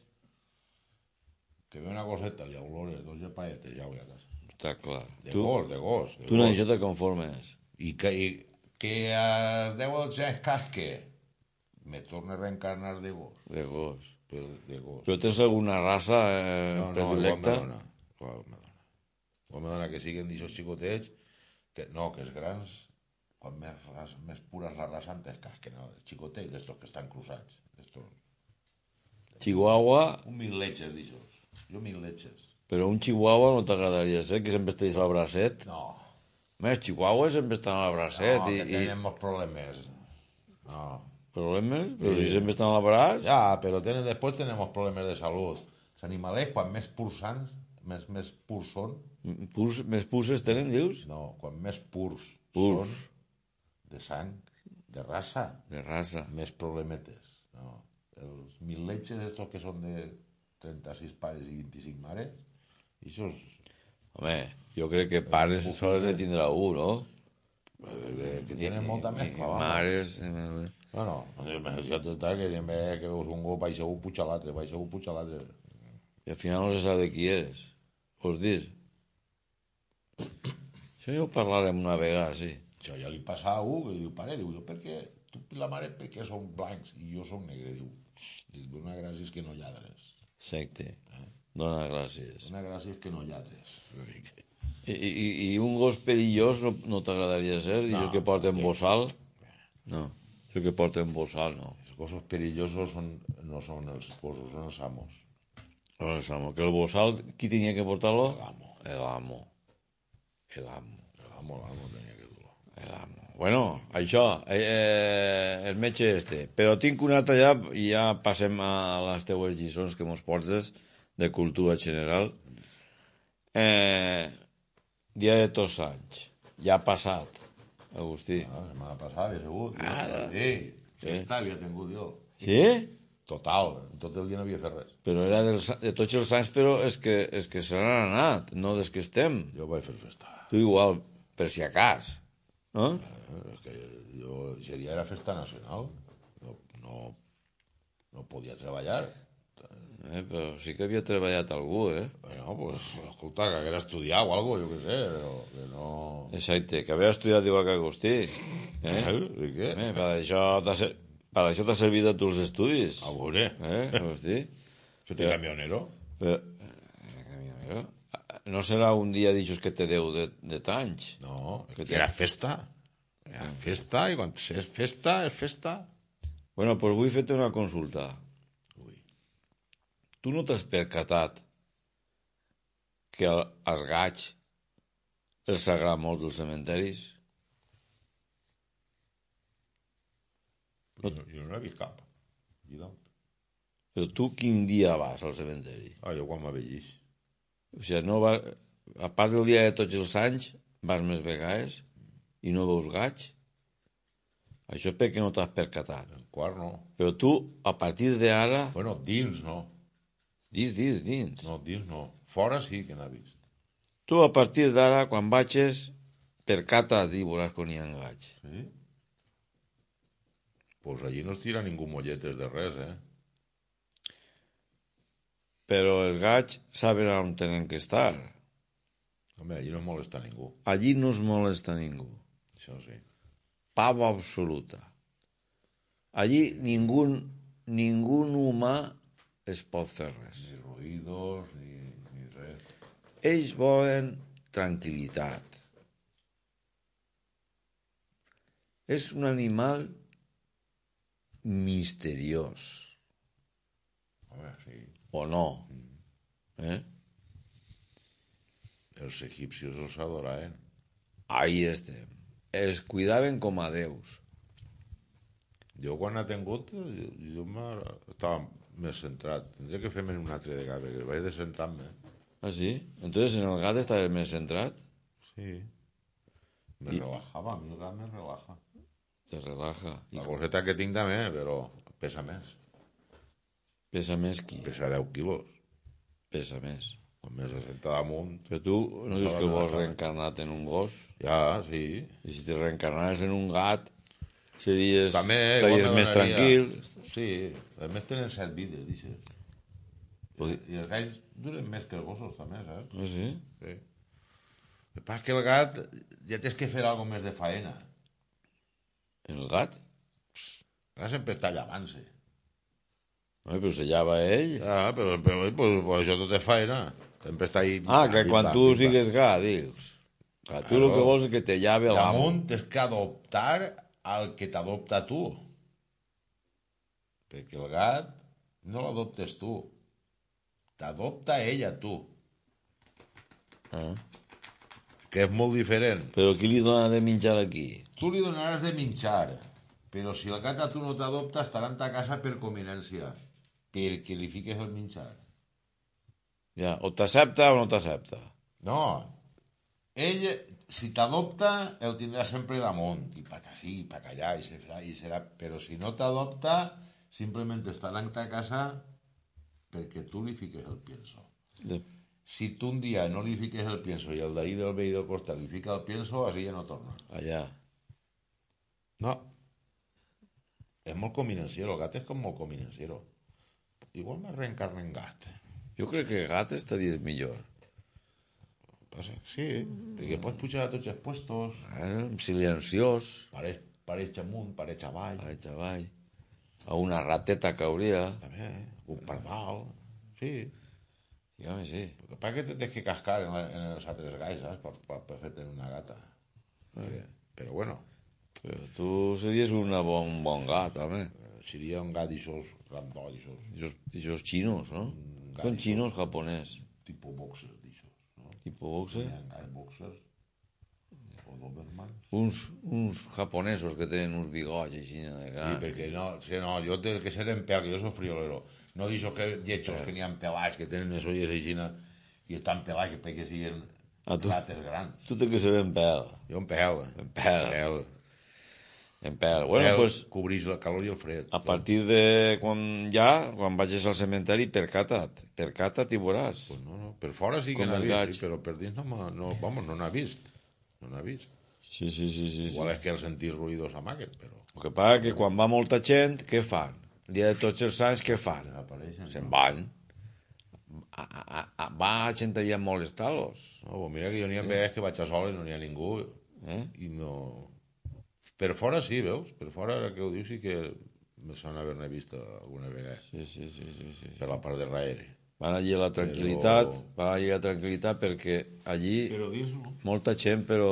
S3: Que ve una goseta, li olores, dos paetes, ja ho hi ha a casa.
S2: Està clar.
S3: De
S2: Tu,
S3: gos, de gos. De
S2: tu
S3: gos.
S2: no, això te conformes.
S3: I que, i, que als 10 o 12 anys casque, me torne a reencarnar de gos.
S2: De gos.
S3: Però de gos.
S2: Però tens alguna raça eh,
S3: No, no,
S2: predilecta?
S3: igual me dona. Igual me dona. Igual me dona que siguin d'aixòs xicotets, que, no, que els grans, quan més, ras, més pura és la raça, antes cas que no, els xicotets, d'estos que estan cruzats. D'estos.
S2: Chihuahua,
S3: Un mil letxes, d'aixòs. Jo mil letxes.
S2: però un chihuahua no t'agradaria ser, que sempre estiguis al bracet.
S3: No,
S2: Més, chihuahua sempre estan al
S3: no
S2: bracet
S3: que
S2: i, i
S3: tenen molts problemes. No.
S2: problemes, però si sempre estan al braç, ja.
S3: Ja, però tenen, després tenen molts problemes de salut. Els animalets, quan més purs són, més, més purs són,
S2: pus, més puces tenen, dius?
S3: no, quan més purs,
S2: Purs.
S3: són de sang, de raça,
S2: de raça.
S3: més problemetes. No? Els mil letxes, estos que són de 36 pares i 25 mares, i això és...
S2: Home, jo crec que pares sols de tindrà un, no? Eh,
S3: que tenen molta
S2: I, i
S3: mescla, va.
S2: mares... eh,
S3: Bueno, ja t'està que diem eh, que veus un gos, baixa un, puja l'altre, baixa un, puja l'altre.
S2: I al final no se sap de qui eres. Vols dir? Això ja ho parlarem una vegada, sí.
S3: Això ja li passa a un, que diu, pare, diu, jo perquè tu i la mare perquè són blancs i jo som negre, diu. Li dona gràcies que no lladres.
S2: Secte. Dona gràcies.
S3: Dona gràcies que no lladres.
S2: I, i, i un gos perillós no, no t'agradaria ser? Dius que porta en bossal? No. Això que porta en bossal, no.
S3: Els gossos perillosos són, no són els gossos, són els amos.
S2: Però el amo, que el bossal, qui tenia que portar-lo?
S3: L'amo.
S2: El amo. El amo.
S3: L'amo, l'amo tenia que dur-lo.
S2: El amo. Bueno, això, eh, eh, el metge este. Però tinc un altre ja, i ja passem a les teues lliçons que mos portes de cultura general. Eh, dia de tots anys. Ja ha passat, Agustí.
S3: Ah, la setmana passada, he segut.
S2: Ara.
S3: Eh, festa havia tingut jo.
S2: Sí?
S3: Total, tot el dia no havia fet res.
S2: Però era dels, de tots els anys, però és que, és que se n'han anat, no des que estem.
S3: Jo vaig fer festa.
S2: Tu igual, per si acas. No?
S3: Eh, és que jo, ese dia era festa nacional. No, no, no podia treballar.
S2: Eh, però sí que havia treballat algú, eh?
S3: Bueno, pues, escolta, que haguera estudiat o algo, jo què sé, però que no...
S2: Exacte, que havia estudiat igual que Agustí. Eh?
S3: Eh? I què?
S2: Home, per això t'ha ser... per això t'ha servit a tu els estudis.
S3: A veure,
S2: Eh, Agustí?
S3: fet de camionero.
S2: Però... eh, camionero. No serà un dia d'aixòs que te deu de, de tanys?
S3: No,
S2: Que
S3: que
S2: té-
S3: era festa. Era festa, i quan és festa, és festa.
S2: Bueno, doncs vull fer-te una consulta.
S3: Ui.
S2: Tu no t'has percatat que el, els gaig els agrada molt dels cementaris?
S3: No, jo no n'he vist cap. I tant.
S2: Però tu quin dia vas al cementeri?
S3: Ah, jo quan m'avellís.
S2: O sigui, no va... A part del dia de tots els anys, vas més vegades i no veus gaig? Això és perquè no t'has percatat.
S3: El quart no.
S2: Però tu, a partir d'ara,
S3: Bueno, dins no.
S2: dins, dins, dins.
S3: No, dins no. Fora sí que n'ha vist.
S2: Tu, a partir d'ara, quan vages, percata't i veuràs que n'hi ha gaig.
S3: Sí? Pues allí no es tira ningú molletes de res, eh?
S2: Però els gats saben on tenen que estar.
S3: Home, allí no molesta ningú.
S2: Allí no es molesta ningú.
S3: Això sí.
S2: Pau absoluta. Allí ningú, ningú humà es pot fer res.
S3: Ni ruïdos, ni, ni res.
S2: Ells volen tranquil·litat. És un animal misteriós,
S3: Home, sí. Mm.
S2: o no? Eh?
S3: Els egipcis els adoraven.
S2: Ahí estem. Els cuidaven com a déus.
S3: Jo quan ha tingut, jo, jo m'ha- estava més centrat. Tindria que fer-me'n un altre de cap, perquè vaig descentrar-me.
S2: Ah, sí? Entonces en el gat estaves més centrat?
S3: Sí. Me relajava, a mi el gat me relaja.
S2: Te relaja. I
S3: La coseta que tinc també, però pesa més.
S2: pesa més qui?
S3: Pesa 10 quilos.
S2: Pesa més.
S3: Com més se senta damunt,
S2: Però tu no dius que vols reencarnat en un gos?
S3: Ja, sí.
S2: I si te reencarnares en un gat, series,
S3: També,
S2: estaries
S3: igual me
S2: més
S3: donaria.
S2: tranquil,
S3: Sí, a més tenen set vides, dices.
S2: Vull dir-
S3: I els galls duren més que els gossos, també, saps?
S2: Ah, sí?
S3: Sí. El que passa és que el gat ja tens que fer alguna més de faena.
S2: El gat?
S3: El gat sempre està llavant-se.
S2: No, però se llava ell.
S3: Ah, però, però pues, pues, això tot és faena. Sempre està ahí...
S2: Ah, que quan tu sigues gat, dius. Que tu el
S3: Claro.
S2: que vols és que te llave l'amo.
S3: Damunt tens que adoptar el que t'adopta tu. Perquè el gat no l'adoptes tu. T'adopta ella, tu.
S2: Ah.
S3: Que és molt diferent.
S2: Però qui li dona de menjar aquí?
S3: Tu li donaràs de menjar, però si el gat a tu no t'adopta, estarà en ta casa per conveniència, perquè li fiques el menjar.
S2: Ja, o t'accepta o no t'accepta.
S3: No, Ell, si t'adopta, el tindrà sempre damunt, i per que sí, i per que allà, i serà, i serà... Però si no t'adopta, simplement estarà en ta casa perquè tu li fiques el pienso.
S2: De-
S3: Si tu un dia no li fiques el pienso i el d'ahir del veí del costat li fica el pienso, així ja no torna.
S2: Allà.
S3: No. És molt combinació, el gat és com molt combinació. Igual me reencarna en gat.
S2: Jo crec que gat estaria millor.
S3: Passa, sí, perquè pots pujar a tots els puestos,
S2: Eh? Silenciós,
S3: pareix, pareix amunt, pareix avall,
S2: a avall. A una rateta que hauria.
S3: també, eh? un pardal, sí.
S2: Ja me sé.
S3: El que passa que te tens que cascar en, la, en els altres gais, saps? Per, per, per fer-te una gata. Sí. Però bueno,
S2: Però tu series una bon, un bon gat, home.
S3: seria un gat i sos grandoll, i sos
S2: I els- I els xinos, no? Són xinos japonès.
S3: tipus boxers, d'això. No?
S2: Tipo boxer.
S3: Hi ha gats boxers o dobermans.
S2: Uns, uns japonesos que tenen uns bigots així de
S3: Sí,
S2: gran.
S3: perquè no, sí, no, jo tenc que ser en pèl, que jo soc friolero. No d'això que lletjos que n'hi ha pelats, que tenen les olles així i estan pelats que perquè siguin
S2: Ah, tu-
S3: rates grans.
S2: Tu tens que ser en pèl.
S3: Jo en pèl. En
S2: pèl.
S3: pèl.
S2: En pèl. Bueno,
S3: Pèl,
S2: doncs... Pues,
S3: Cobrís el calor i el fred.
S2: A partir de quan ja, quan vagis al cementeri, percata't, percata't i veuràs.
S3: No, no, per fora sí que
S2: Com
S3: n'ha
S2: els
S3: vist,
S2: gats.
S3: sí, però per dins no, m'ha- no, vamos, no n'ha vist. No n'ha vist.
S2: Sí, sí, sí, sí. sí.
S3: Igual és que el sentir ruïdos amaguen, però
S2: El que passa que quan va molta gent, què fan? El dia de tots els anys, què fan?
S3: desapareixen.
S2: Se'n van. A, a, a, a, va gent allà a molestar-los.
S3: No, pues mira que jo n'hi ha vegades que vaig a sol i no n'hi ha ningú.
S2: Eh?
S3: I no... Per fora sí, veus? Per fora, ara que ho dius, sí que me sona haver-ne vist alguna vegada.
S2: Sí, sí, sí, sí, sí.
S3: Per la part de darrere.
S2: Van allí a la tranquil·litat, van allí a la tranquil·litat perquè allí
S3: Però dins no.
S2: molta gent, però,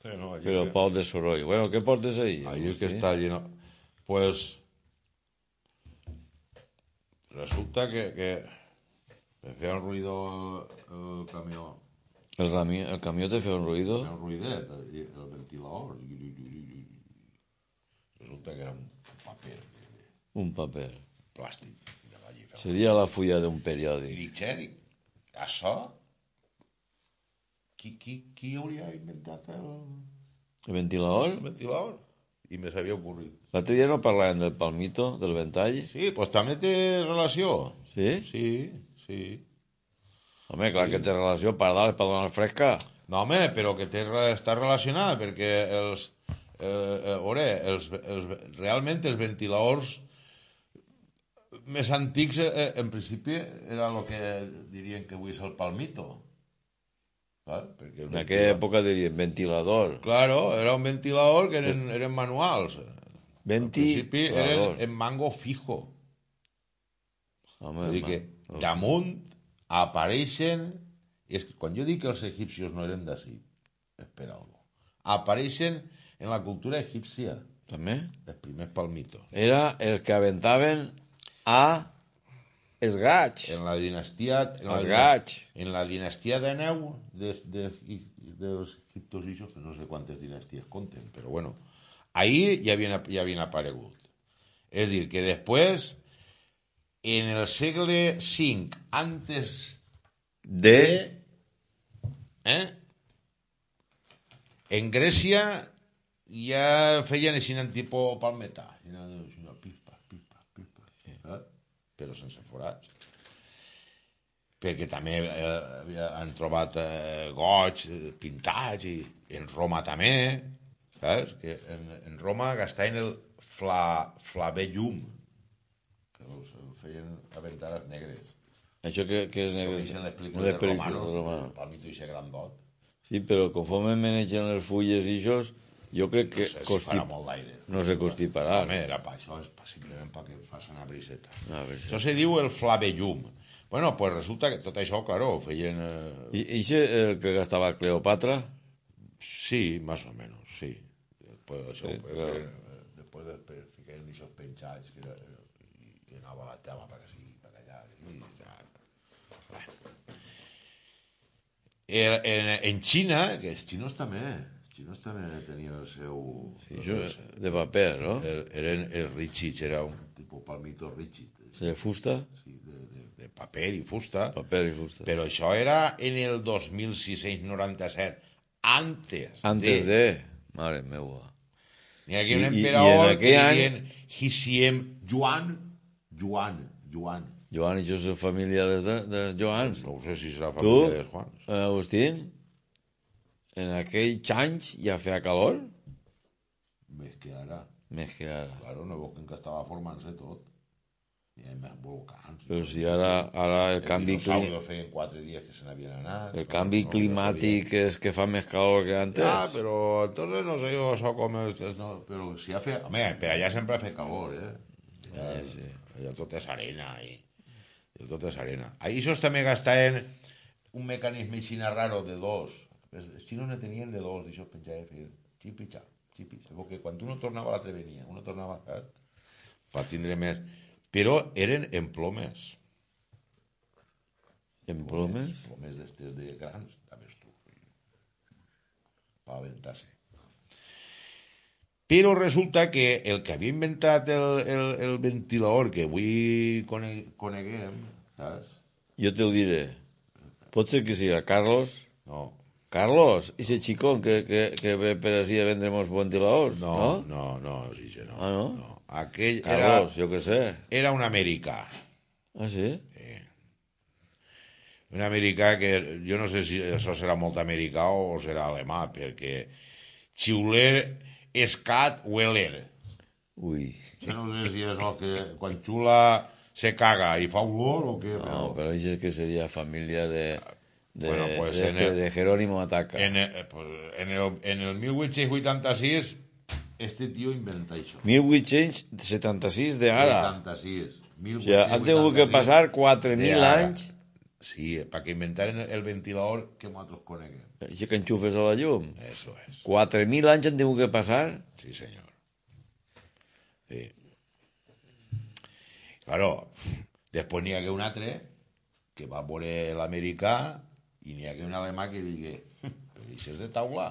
S3: Sí, no allí,
S2: però poc de soroll. Bueno, què portes ahir?
S3: Ahí es que
S2: Sí.
S3: está lleno. Pues resulta que, que me hacía un ruido eh, el, el camión,
S2: El, rami, el camió te feia un ruïdo?
S3: me hacía un ruidet, el, el ventilador. Resulta que era un paper de, de
S2: Un paper.
S3: plàstic. de la llifa.
S2: Seria la fulla d'un periòdic.
S3: I dic, "Che, dic, això? Qui, qui, qui hauria inventat el
S2: El ventilador?
S3: ventilador? I me s'havia ocorrit.
S2: L'altre dia no parlàvem del palmito, del ventall?
S3: Sí, doncs pues també té relació.
S2: Sí?
S3: Sí, sí.
S2: Home, clar que té relació, per dalt és per donar fresca.
S3: No, home, però que té, re- està relacionada, perquè els, eh, eh, a veure, els, els, realment els ventiladors més antics, eh, en principi, era el que dirien que avui és el palmito. Clar, perquè el
S2: En aquella
S3: ventilador-
S2: època diríem ventilador.
S3: Claro, era un ventilador que eren, eren manuals. Al principi
S2: Ventilador.
S3: eren en mango fijo.
S2: Home,
S3: Vull dir que
S2: home.
S3: damunt apareixen... És que quan jo dic que els egipcios no eren d'ací, és per algo. Apareixen en la cultura egípcia,
S2: També?
S3: els primers palmitos.
S2: Era el que aventaven a els gats.
S3: En la dinastia... En la,
S2: Els gats.
S3: En la dinastia de Neu, de, de, dels egiptos i això, que no sé quantes dinasties compten, però bueno, ahir ja havien, ja havien aparegut. És a dir, que després, en el segle V, antes
S2: De...
S3: Eh? En Grècia ja feien així en tipus palmeta, així en- així en pispa, pispa, pispa, eh? però sense forats. Perquè també eh, havia- han trobat eh, goig, eh, pintats, i en Roma també, saps? Que en, en Roma gastaven el fla, flabellum, que els feien aventar les negres.
S2: Això que, que és negre.
S3: Coneixen les pel·lícules
S2: Les
S3: de
S2: pel·lícules
S3: Romano,
S2: de Romano.
S3: el palmito i ser grandot.
S2: Sí, però conforme menegen les fulles i això, jo crec que
S3: Això es farà
S2: constip...
S3: molt d'aire.
S2: no se constiparà.
S3: Home, era pa, això és pa, simplement perquè fas anar briseta.
S2: A veure,
S3: Això se diu el flavellum. Bueno, pues resulta que tot això, claro, ho feien... Eh...
S2: I, i això, el que gastava Cleopatra?
S3: Sí, més o menys, sí. Després això, sí,
S2: claro.
S3: feien, eh, després, després fiquen aquests penjats que era, i, i anava a la tela per aquí, per allà, i ja. Bueno. En, en, en Xina, que els xinos també, els xinos també tenien el seu... Sí, er,
S2: Això de paper, no?
S3: Eh. El, eren els Richits, era un tipus palmito Richit,
S2: De fusta?
S3: sí, de, de, de paper i fusta,
S2: Paper i fusta.
S3: però això era en el 2697, antes,
S2: Antes
S3: de...
S2: de... Mare meua.
S3: Hi ha aquí
S2: I- i-
S3: un
S2: i en
S3: emperador que
S2: aquell any-
S3: li deien Hisiem Joan, Joan, Joan.
S2: Joan i jo som família de, de, de Joans.
S3: No ho sé si serà
S2: Tu,
S3: família de Juans.
S2: eh, Agustín, en aquells anys ja feia calor?
S3: Més que ara,
S2: Més que ara.
S3: claro, no veus que estava formant-se tot. Hi ha més volcans.
S2: Però si ara, ara el canvi,
S3: Els
S2: clim,
S3: dinosaures feien quatre dies que se n'havien anat.
S2: el canvi
S3: No, no, no,
S2: climàtic és que fa més calor que antes?
S3: Ja, però entonces no sé jo això com és... No, però si ha fet... Home, per allà sempre ha fet calor, eh? Ja, sí. Allà tot és arena, i... Allà tot és arena. Ahí ells també gastaven un mecanisme xina raro de dos. Els els xinos ne tenien de dos, i això penjava fer xip i xap, xip i xap. Perquè quan un tornava l'altre venia, un tornava a casa per tindre més. Però eren en plomes,
S2: En plomes?
S3: plomes d'estes de grans, d'avestú. Per aventar-se. Però resulta que el que havia inventat el, el, el ventilador que avui cone, coneguem, saps?
S2: Jo te ho diré. Pot ser que siga Carlos?
S3: No,
S2: Carlos, ese xicón que, que, que ve per així a vendre mos ventiladors,
S3: no,
S2: no?
S3: no, no, no, sí, sí, no,
S2: Ah, no?
S3: Aquell era,
S2: Carlos, jo què sé.
S3: era un americà.
S2: Ah, sí?
S3: Un americà que jo no sé si això serà molt americà o serà alemà, perquè Xiuler, Escat, Weller.
S2: Ui.
S3: Jo no sé si és el que quan xula se caga i fa olor o què.
S2: No,
S3: però
S2: però això és que seria família de... De,
S3: Bueno,
S2: bueno,
S3: pues
S2: pues
S3: en
S2: este,
S3: el-
S2: de Jerónimo Ataca.
S3: en, eh, pues, en, el, en el 1886 este tio inventa això.
S2: 1876 de ara.
S3: 86.
S2: O sigui, han tingut que passar 4.000
S3: ara.
S2: anys
S3: Sí, perquè inventaren el ventilador que nosaltres coneguem.
S2: així que enxufes a la llum.
S3: Eso és.
S2: 4.000 anys han tingut que passar.
S3: Sí, senyor. Sí. Claro, després n'hi hagué un altre que va veure l'americà i n'hi hagué un alemà que digui però això és de taula,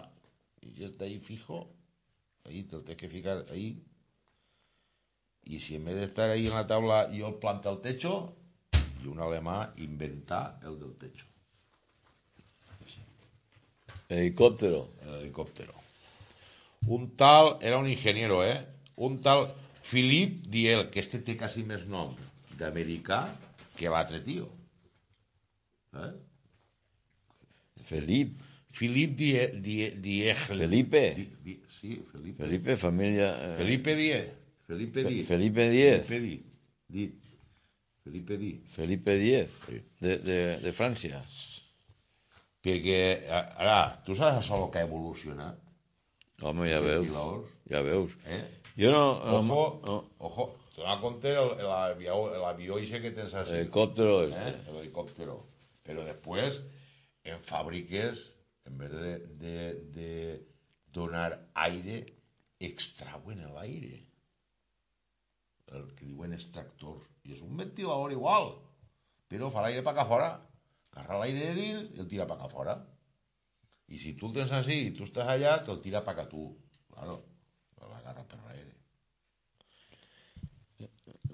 S3: això està ahí fijo, ahí te'l tens que ficar ahí. I si en vez d'estar ahí en la taula jo el planta al techo, i un alemà inventar el del techo,
S2: Helicòptero.
S3: el eh, helicòptero. Un tal, era un ingeniero, eh? Un tal Philip Diel, que este té quasi més nom d'americà que l'altre tio. Eh?
S2: Felip.
S3: Philip Die, Die, Diegel.
S2: Felipe.
S3: Di, di, sí, Felipe.
S2: Felipe, família... eh,
S3: Felipe Die. Felipe Die.
S2: Felipe X.
S3: Felipe Di. Di. Felipe Di.
S2: Felipe X,
S3: Sí.
S2: de, de, de França.
S3: Perquè, a- ara, tu saps això el que ha evolucionat?
S2: Home, ja
S3: Sí,
S2: veus.
S3: Pilaos.
S2: Ja veus.
S3: Eh?
S2: Jo no... no
S3: Ojo,
S2: no,
S3: ojo, t'adona compte el- l'avió l'avió ixe que tens així.
S2: helicòptero este.
S3: eh? el helicòptero. Però després, en fàbriques, en vez de, de, de donar aire, extrauen l'aire. El que diuen extractors. I és un ventilador igual, però fa l'aire per acá fora. Agarra l'aire de dins i el tira per acá fora. I si tu el tens així i tu estàs allà, te'l tira per acá tu. Claro, no l'agarra per l'aire.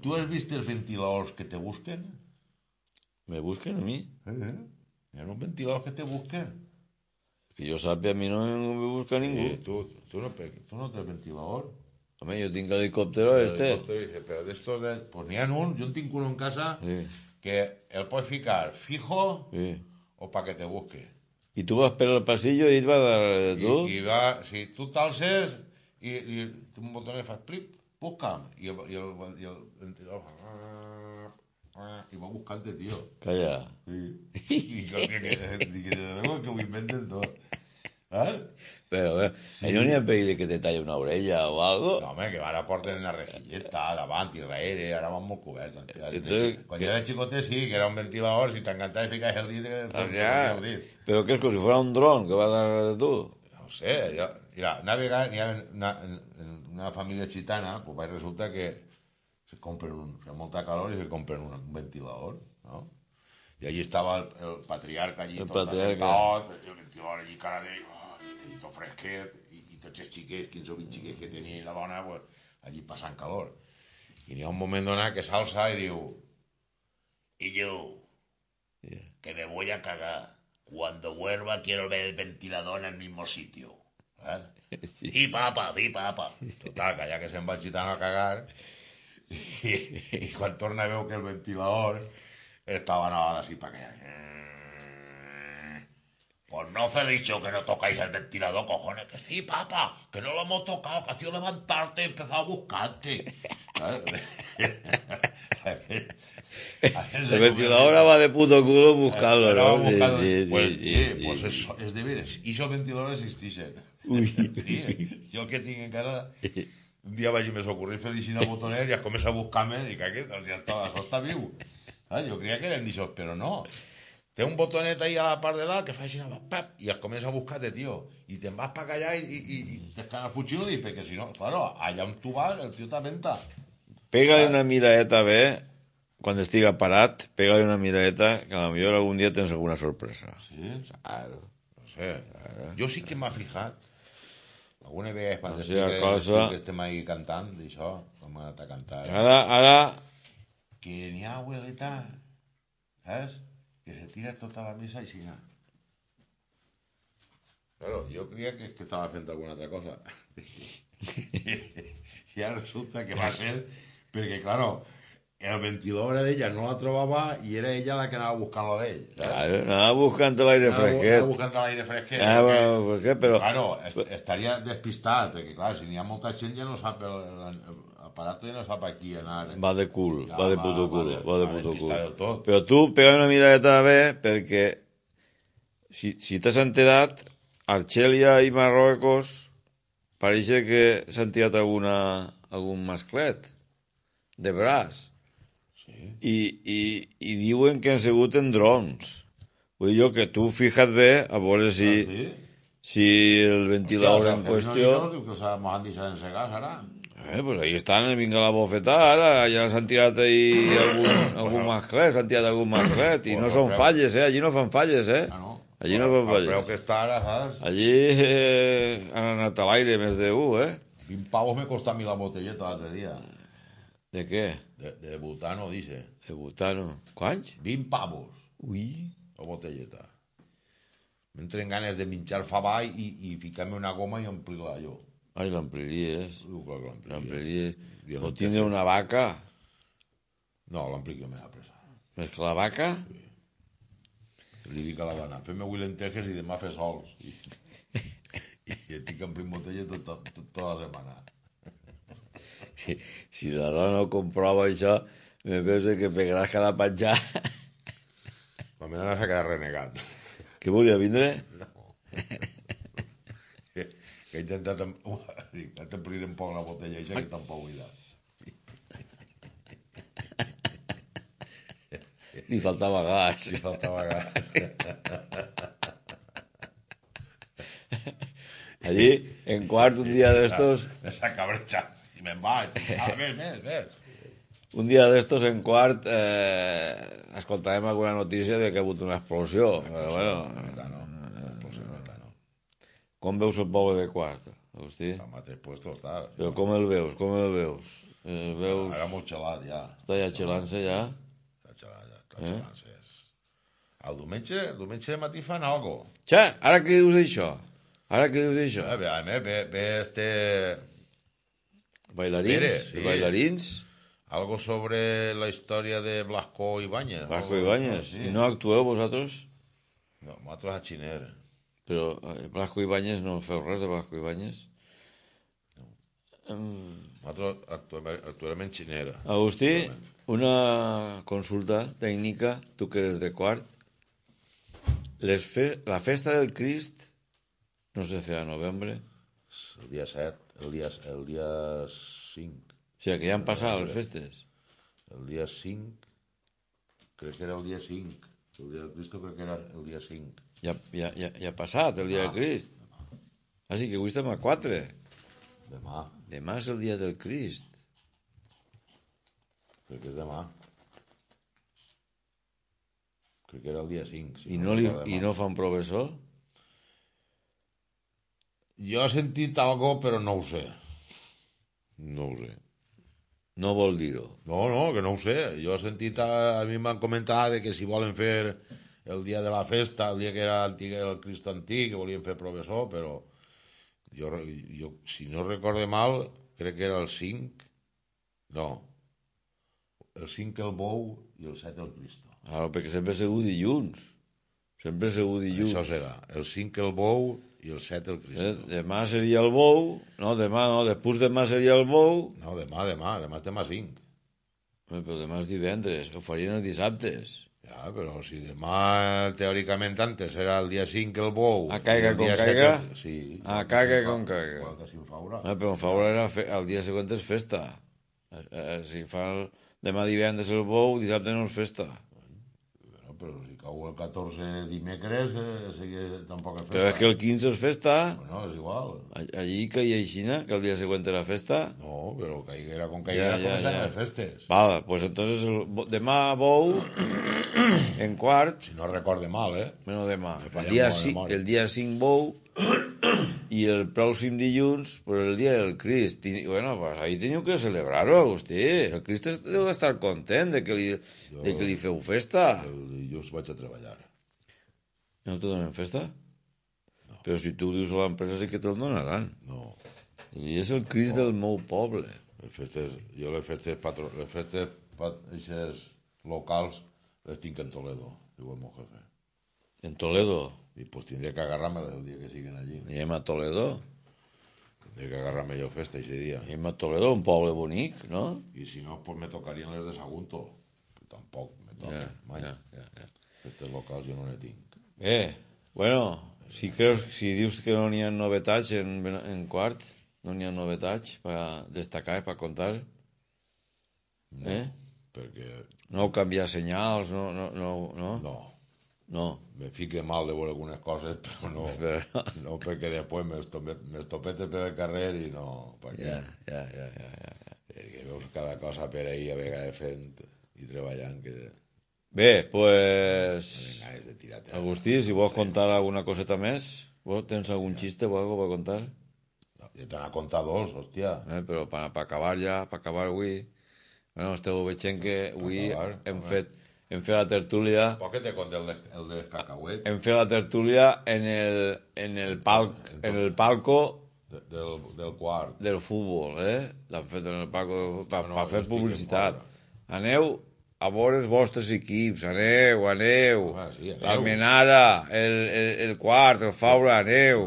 S3: Tu has vist els ventiladors que te busquen?
S2: Me busquen a mi?
S3: Eh? Hi ha un ventilador que te busquen.
S2: Que jo sàpiga, a mi no me busca ningú.
S3: Eh, tu, tu, no, pe- tu no tens ventilador.
S2: Home, jo tinc l'helicòptero este.
S3: Dice, però d'estos de... Pues n'hi ha un, jo en tinc un en casa,
S2: Sí,
S3: que el pots ficar fijo
S2: sí.
S3: o pa que te busque.
S2: I tu vas per el passillo i ell va darrere de
S3: I,
S2: tu?
S3: i va, si tu t'alces i, i tu un botó i fas plic, busca'm. I el, i el, i el ventilador fa... I va buscant-te, tio.
S2: Calla.
S3: Sí. I que, que, que, que, que, que ho inventen tot. Eh?
S2: Però, eh, sí. no n'hi ha perill de que te talla una orella o algo?
S3: No, home, que ara porten una rejilleta, davant i darrere, ara van molt coberts. Antes,
S2: Entonces,
S3: quan jo era xicotet sí, que era un ventilador, si t'encantava ficar el dit,
S2: Ah,
S3: eh,
S2: ja.
S3: el dit.
S2: Però què és com si fos un dron que va darrere de tu?
S3: No ho sé, jo, mira, una vegada hi havia una, una família xitana, pues vaig resultar que se compren un, fa molta calor i se compren un, un ventilador, no? I allí estava el, el patriarca allí,
S2: El
S3: tot
S2: patriarca.
S3: assentat, el ventilador allí, cara de... Oh, i tot fresquet, i, i tots els xiquets, 15 o 20 xiquets que tenia i la dona, pues, allí passant calor. I n'hi ha un moment donat que s'alça i diu... I diu...
S2: Ya.
S3: que me voy a cagar. Cuando vuelva quiero ver el ventilador en el mismo sitio. ¿vale?
S2: Sí.
S3: Y papa, y papa. Total, que ya que se embachitan a cagar. Y, y cuando torna veo que el ventilador estaba nada así para que... Pues no os he dicho que no tocáis el ventilador, cojones. Que sí, papa, que no lo hemos tocado, que ha sido levantarte y empezar a buscarte. ¿Sabes?
S2: El ventilador va de puto culo buscando,
S3: Pero
S2: ¿no?
S3: vamos buscando-
S2: Sí, sí,
S3: pues,
S2: sí,
S3: eh,
S2: sí,
S3: pues
S2: sí.
S3: eso, es deberes. Y esos ventiladores existen. Sí, yo que tengo en cara... Un día vaig i me'ls ocorrí fer-li una botonera i es comença a buscar-me i dic, aquest, doncs ja està, això està viu. Ah, jo creia que eren d'això, però no. Té un botonet ahí a la part de dalt que fa així, pap, i es comença a buscar-te, tio. I te'n vas per allà i, i, i, i t'estan al fuchili, perquè si no, claro, allà on tu vas, el tio t'aventa.
S2: Pégale una miradeta bé, quan estiga parat, pégale una miradeta, que potser algun dia tens alguna sorpresa.
S3: Sí?
S2: Claro.
S3: No sé. Jo sí que m'ha fijat. E Alguna vegada quan
S2: No sé,
S3: estic-
S2: cosa-
S3: que estem ahí cantant, d'això, com a estar cantant.
S2: Ara, ara,
S3: que ni abuelita, ¿sabes? Que se tira toda la mesa y sin nada. Claro, yo creía que, que estaba haciendo alguna otra cosa. y ahora resulta que va a ser, porque claro, el 22 era de ella, no la trovaba y era ella la que anava buscant lo de ell. ¿sabes?
S2: claro, anava buscant l'aire
S3: Anava- anava
S2: fresquet.
S3: buscant l'aire fresquet.
S2: Ah,
S3: perquè,
S2: bueno, per què? Però,
S3: Claro, est estaria despistat, perquè clar, si n'hi ha molta gent ja no sap, el, el, el aparato ja no sap a qui anar.
S2: Va de cul,
S3: Ja,
S2: va de
S3: va-
S2: puto
S3: va
S2: cul,
S3: de-
S2: va de
S3: va de
S2: puto
S3: pista del
S2: cul.
S3: tot.
S2: Però tu pega una miradeta bé perquè si, si t'has enterat, Argelia i Marruecos pareix que s'han tirat alguna, algun masclet de braç.
S3: Sí.
S2: I, i, I diuen que han sigut en drons. Vull dir jo que tu fija't bé a veure si,
S3: Ah, sí?
S2: si el ventilador en qüestió...
S3: Diu que s'ha mos han deixat encegar, serà?
S2: Eh, pues ahí están, vinga la bofetada, ara, ja s'han tirat ahí algun, algun masclet, s'han tirat algun masclet, i no
S3: Bueno,
S2: són
S3: creu-
S2: falles, eh, allí no fan falles, eh?
S3: Ah, no?
S2: Allí no fan
S3: Creu
S2: falles.
S3: que està ara, saps?
S2: Allí eh, han anat a l'aire més de un, eh?
S3: 20 pavos me costa a mi la botelleta l'altre dia.
S2: De què?
S3: De, de butano, dice.
S2: De butano. Quants?
S3: 20 pavos
S2: Ui.
S3: la botelleta. M'entren ganes de minxar fabà i, i ficar-me una goma i omplir-la jo.
S2: Ai, l'ompliries,
S3: Diu, clar que l'amplic.
S2: l'ompliries.
S3: Jo no
S2: O tindre una vaca,
S3: No, l'amplic jo me l'ha presa.
S2: més que la vaca,
S3: Li dic a la dona, fem avui lentejes i demà fer sols. I, i estic omplint botelles tota, tota, tota la setmana.
S2: si, si la dona ho comprova això, me penso que pegaràs cada petjar.
S3: La meva dona s'ha quedat renegat.
S2: Què volia vindre?
S3: que he intentat em- dic, vaig omplir un poc la botella això que tampoc ho he dat.
S2: Li faltava gas.
S3: Li faltava gas.
S2: Allí, en cuarto, un día de estos,
S3: Me s'ha cabrejat i me'n vaig. Ah, més, més, més.
S2: un dia d'estos en quart, eh, escoltàvem alguna notícia de que ha hagut una explosió. Però, bueno,
S3: Metano. Pues el metano.
S2: com veus el poble de quart, Agustí?
S3: Al mateix puesto estàs.
S2: Però com el veus, com el veus? El veus,
S3: Ara molt gelat, ja.
S2: està ja xelant-se ja?
S3: Està gelat, ja. Està gelant, sí, és. El diumenge, el diumenge de matí fan algo.
S2: Xa, ara què dius d'això? Ara què dius d'això?
S3: Eh, Ve, a més, ve, ve este...
S2: Bailarins?
S3: Pere, sí.
S2: Bailarins?
S3: Algo sobre la història de Blasco Ibáñez.
S2: Vasco Ibáñez. I no actueu vosaltres?
S3: No, nosaltres a Xiner.
S2: Però eh, Blasco Ibáñez no feu res de Blasco Ibáñez?
S3: Nosaltres actuem, actuarem en Xinera.
S2: Agustí, una consulta tècnica, tu que eres de quart. Les fe la festa del Crist no se feia a novembre,
S3: El dia 7, el dia, el dia 5,
S2: o sigui que ja han passat les festes.
S3: el dia 5, crec que era el dia 5, el dia del Cristo crec que era el dia 5.
S2: Ja, ja, ja, ja ha passat el dia del Crist. Ah, sí, que avui estem a 4.
S3: Demà,
S2: Demà és el dia del Crist.
S3: crec que és demà. Crec que era el dia 5. Si
S2: I no, li,
S3: era demà.
S2: i no fan professor?
S3: Jo he sentit algo, però no ho sé. No ho sé.
S2: No vol dir-ho.
S3: No, no, que no ho sé. Jo he sentit, a, a mi m'han comentat de que si volen fer el dia de la festa, el dia que era antic, el Crist antic, que volien fer professor, però jo, re- jo, si no recorde mal, crec que era el 5, no, el 5 el bou i el 7 el Cristo.
S2: Ah, perquè sempre ha sigut dilluns. Sempre ha sigut dilluns.
S3: Això serà, el 5 el bou i el 7 el Cristo.
S2: Eh, Demà seria el bou, no, demà no, després demà seria el bou,
S3: No, demà, demà, demà és demà 5.
S2: Eh, però demà és divendres, ho farien els dissabtes.
S3: Ja, però si demà, teòricament, antes era el dia 5 el bou...
S2: Ah, caiga
S3: i el
S2: com
S3: dia
S2: caiga.
S3: set el- Sí.
S2: Ah,
S3: igual que
S2: caiga
S3: s'infa-
S2: com caiga.
S3: Igual que s'infaura.
S2: Ah, però en favor era fe... el dia següent és festa. Eh, eh, si fa el... demà divendres el bou, dissabte no és festa.
S3: Bueno, però si cau el 14 dimecres, eh, segueix tampoc és festa.
S2: Però és que el 15 és festa,
S3: Bueno, és igual.
S2: all- allí que hi ha Xina, que el dia següent era festa.
S3: No, però caiguera com
S2: Ja,
S3: caiguera ja,
S2: ja,
S3: ja, comencen
S2: ja.
S3: les festes.
S2: Val, doncs pues entonces el... bo- demà bou, en quart,
S3: Si no recorde mal, eh?
S2: bueno, demà. El
S3: falla
S2: dia,
S3: molt la
S2: ci...
S3: memòria.
S2: el dia 5 bou, i el pròxim dilluns, per el dia del Crist. I, bueno, pues ahí teniu que celebrar-ho, Agustí. El Crist es- deu estar content de que li, de que li feu festa.
S3: El dilluns vaig a treballar.
S2: No te donen festa? No. Però si tu ho dius a l'empresa sí que te'l donaran.
S3: No,
S2: I és el cris del meu poble.
S3: les festes, jo les festes, patro, les festes pat, eixes locals les tinc en Toledo, diu el meu jefe.
S2: En Toledo.
S3: I pues tindré que agarrar-me-les el dia que siguin allí.
S2: Anem a Toledo.
S3: Tindré que agarrar-me jo festa aquest dia.
S2: Anem a Toledo, un poble bonic, no?
S3: I si no, pues me tocarien les de Sagunto. Però tampoc me toquen,
S2: Ja,
S3: mai.
S2: ja, ja, ja.
S3: Festes locals jo no ne tinc.
S2: Bé, Eh, bueno, si creus, si dius que no n'hi ha novetats en, Bena- en quart, no n'hi ha novetats per destacar, per contar, eh?
S3: Perquè,
S2: No canviar senyals, no, no, no, no?
S3: no,
S2: No.
S3: me fique mal de veure algunes coses, però no,
S2: Però-
S3: no perquè després m'estopete per el carrer i no, perquè,
S2: Ja, ja,
S3: yeah.
S2: ja, ja, ja. ja.
S3: perquè veus cada cosa per ahir a vegades fent i treballant que
S2: Bé, doncs... Pues...
S3: ganes de tirar te
S2: Agustí, si vols contar alguna coseta més, vos tens algun xiste o algo per contar?
S3: no, ja te n'ha contat dos, hòstia.
S2: Eh, però per, per acabar ja, per acabar avui... Bueno, esteu veient que avui
S3: acabar,
S2: hem fet, hem fet la tertúlia...
S3: Poc que te conté el, de, el del cacauet,
S2: Hem fet la tertúlia en el, en el, pal, en el palco
S3: de, del, del quart.
S2: del futbol, eh? L'hem fet en el palco per,
S3: no,
S2: per fer
S3: estic en
S2: publicitat.
S3: quadra.
S2: Aneu a veure els vostres equips, aneu, aneu.
S3: Home, sí, aneu.
S2: L'Almenara, el, el, el quart, el Faura, aneu.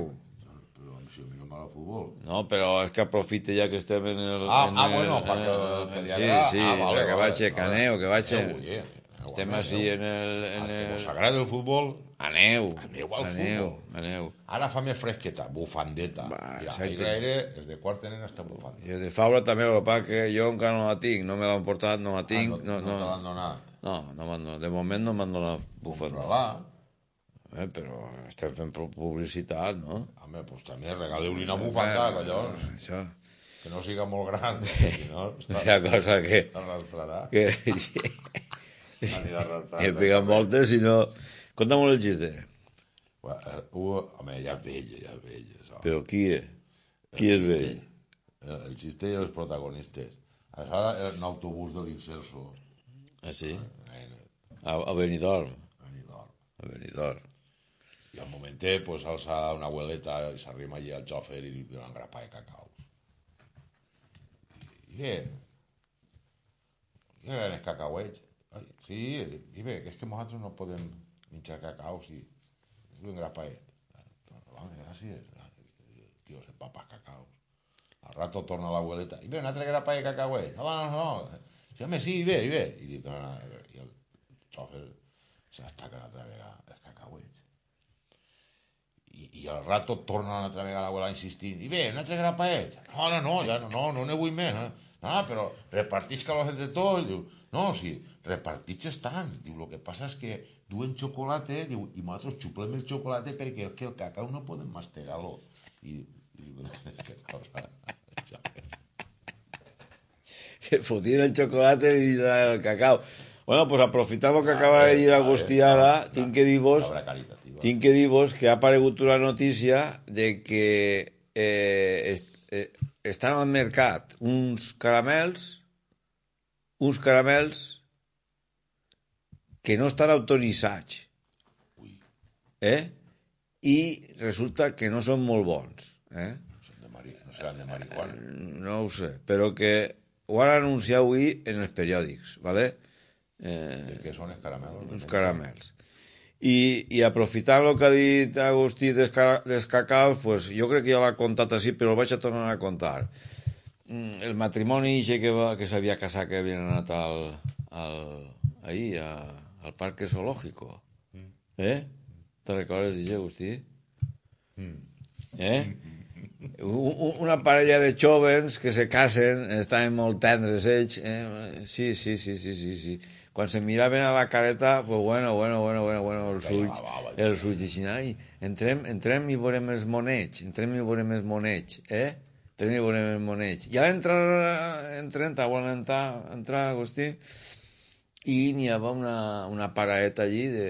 S3: Però si a mi no m'agrada el futbol.
S2: No, però és que aprofite ja que estem en el...
S3: Ah,
S2: en
S3: ah,
S2: el-
S3: bueno,
S2: en
S3: perquè
S2: el-
S3: el que li
S2: Sí,
S3: agrada.
S2: sí,
S3: Ah,
S2: ah, que
S3: vale, vale, Eh,
S2: vaig, que
S3: vale.
S2: aneu, que vaig.
S3: Aneu, oye, aneu,
S2: Estem
S3: aneu,
S2: així
S3: aneu.
S2: en el... En
S3: Ah, que
S2: el...
S3: vos agrada el futbol?
S2: Aneu,
S3: Aneu al
S2: aneu,
S3: futbol.
S2: aneu.
S3: Ara fa més fresqueta, bufandeta.
S2: Va,
S3: I a
S2: exacte.
S3: l'aire, des de quart tenen hasta bufanda.
S2: I de Faura també, el que passa que jo encara no la tinc, no me l'han portat, no la tinc,
S3: Ah,
S2: no,
S3: no
S2: no,
S3: te l'han donat.
S2: no, no m'han donat, de moment no m'han donat bufet.
S3: Però va,
S2: Eh, però estem fent pu- publicitat, no?
S3: home, doncs també regaleu-li
S2: Ah,
S3: una bufanda, collons,
S2: Això.
S3: que no siga molt gran, perquè si no,
S2: És una cosa que...
S3: arrastrarà.
S2: que sí,
S3: Anirà
S2: he
S3: arrastrant.
S2: pegat moltes i no... Conta'm el xiste.
S3: Va, eh, u- Home, ja és vell, ja és vell. Això.
S2: Però qui és? Qui és vell?
S3: El, el xiste i els protagonistes. Això era en autobús de l'Inserso.
S2: Ah, sí?
S3: Nen,
S2: A, a Benidorm.
S3: nen i dorm.
S2: A Benidorm.
S3: I al momentet, pues, alça una abueleta i s'arrima allí al xòfer i li dona un grapa de cacaus. I bé, i eren els cacauets. Ai, sí, i bé, que és que nosaltres no podem menjar cacaus i i un grapaet. Vamos, gràcies. El Tio, s'empapa cacaus. Al rato torna l'abueleta. I bé, un altre grapa de cacauets. No, no, no. Sí, home, sí, i bé, i bé. I li dona... I el xòfer s'estaca una altra vegada els cacauets. I, i al rato torna una altra vegada l'abuela insistint. I bé, un altre grapaet. No, no, no, ja no, no, no n'hi vull més. No, no però repartix calor entre tot. Diu, no, sí, repartits estan. Diu, el que passa és que duen xocolate, diu, i nosaltres xuplem el xocolate perquè el, que el cacau no podem mastegar-lo. I, i diu, que cosa.
S2: Se fotien el xocolate i donaven el cacau. Bueno, pues aprofitant el que acaba
S3: eh,
S2: de dir Agustí ara, tinc que dir-vos
S3: Obra caritativa.
S2: tinc que dir-vos que ha aparegut una notícia de que eh, est, eh, estan al mercat uns caramels uns caramels que no estan autoritzats. Eh? I resulta que no són molt bons. Eh?
S3: Són de mari... No seran de marihuana.
S2: No ho sé, però que ho van anunciar avui en els periòdics, ¿vale? Eh,
S3: De què són els caramelos?
S2: uns caramels. I, i aprofitant el que ha dit Agustí dels, ca- dels cacaus, pues, jo crec que ja l'ha contat així, però el vaig a tornar a contar. Mm, El matrimoni ixe que, va- que s'havia casat, que havien anat al, al, ahir, a, al parque zoológico. Eh? Te recordes d'això, Agustí? Eh? U- u- Una parella de jovens que se casen, estaven molt tendres ells, eh? sí, sí, sí, sí, sí, sí. Quan se miraven a la careta, pues bueno, bueno, bueno, bueno, bueno, els ulls, els ulls, i així, ai, entrem, entrem i veurem els monets, entrem i veurem els monets, eh? Entrem i veurem els monets. I ara entrar, entren, volen entrar, entrar, Agustí, i n'hi havia una, una paraeta allí de,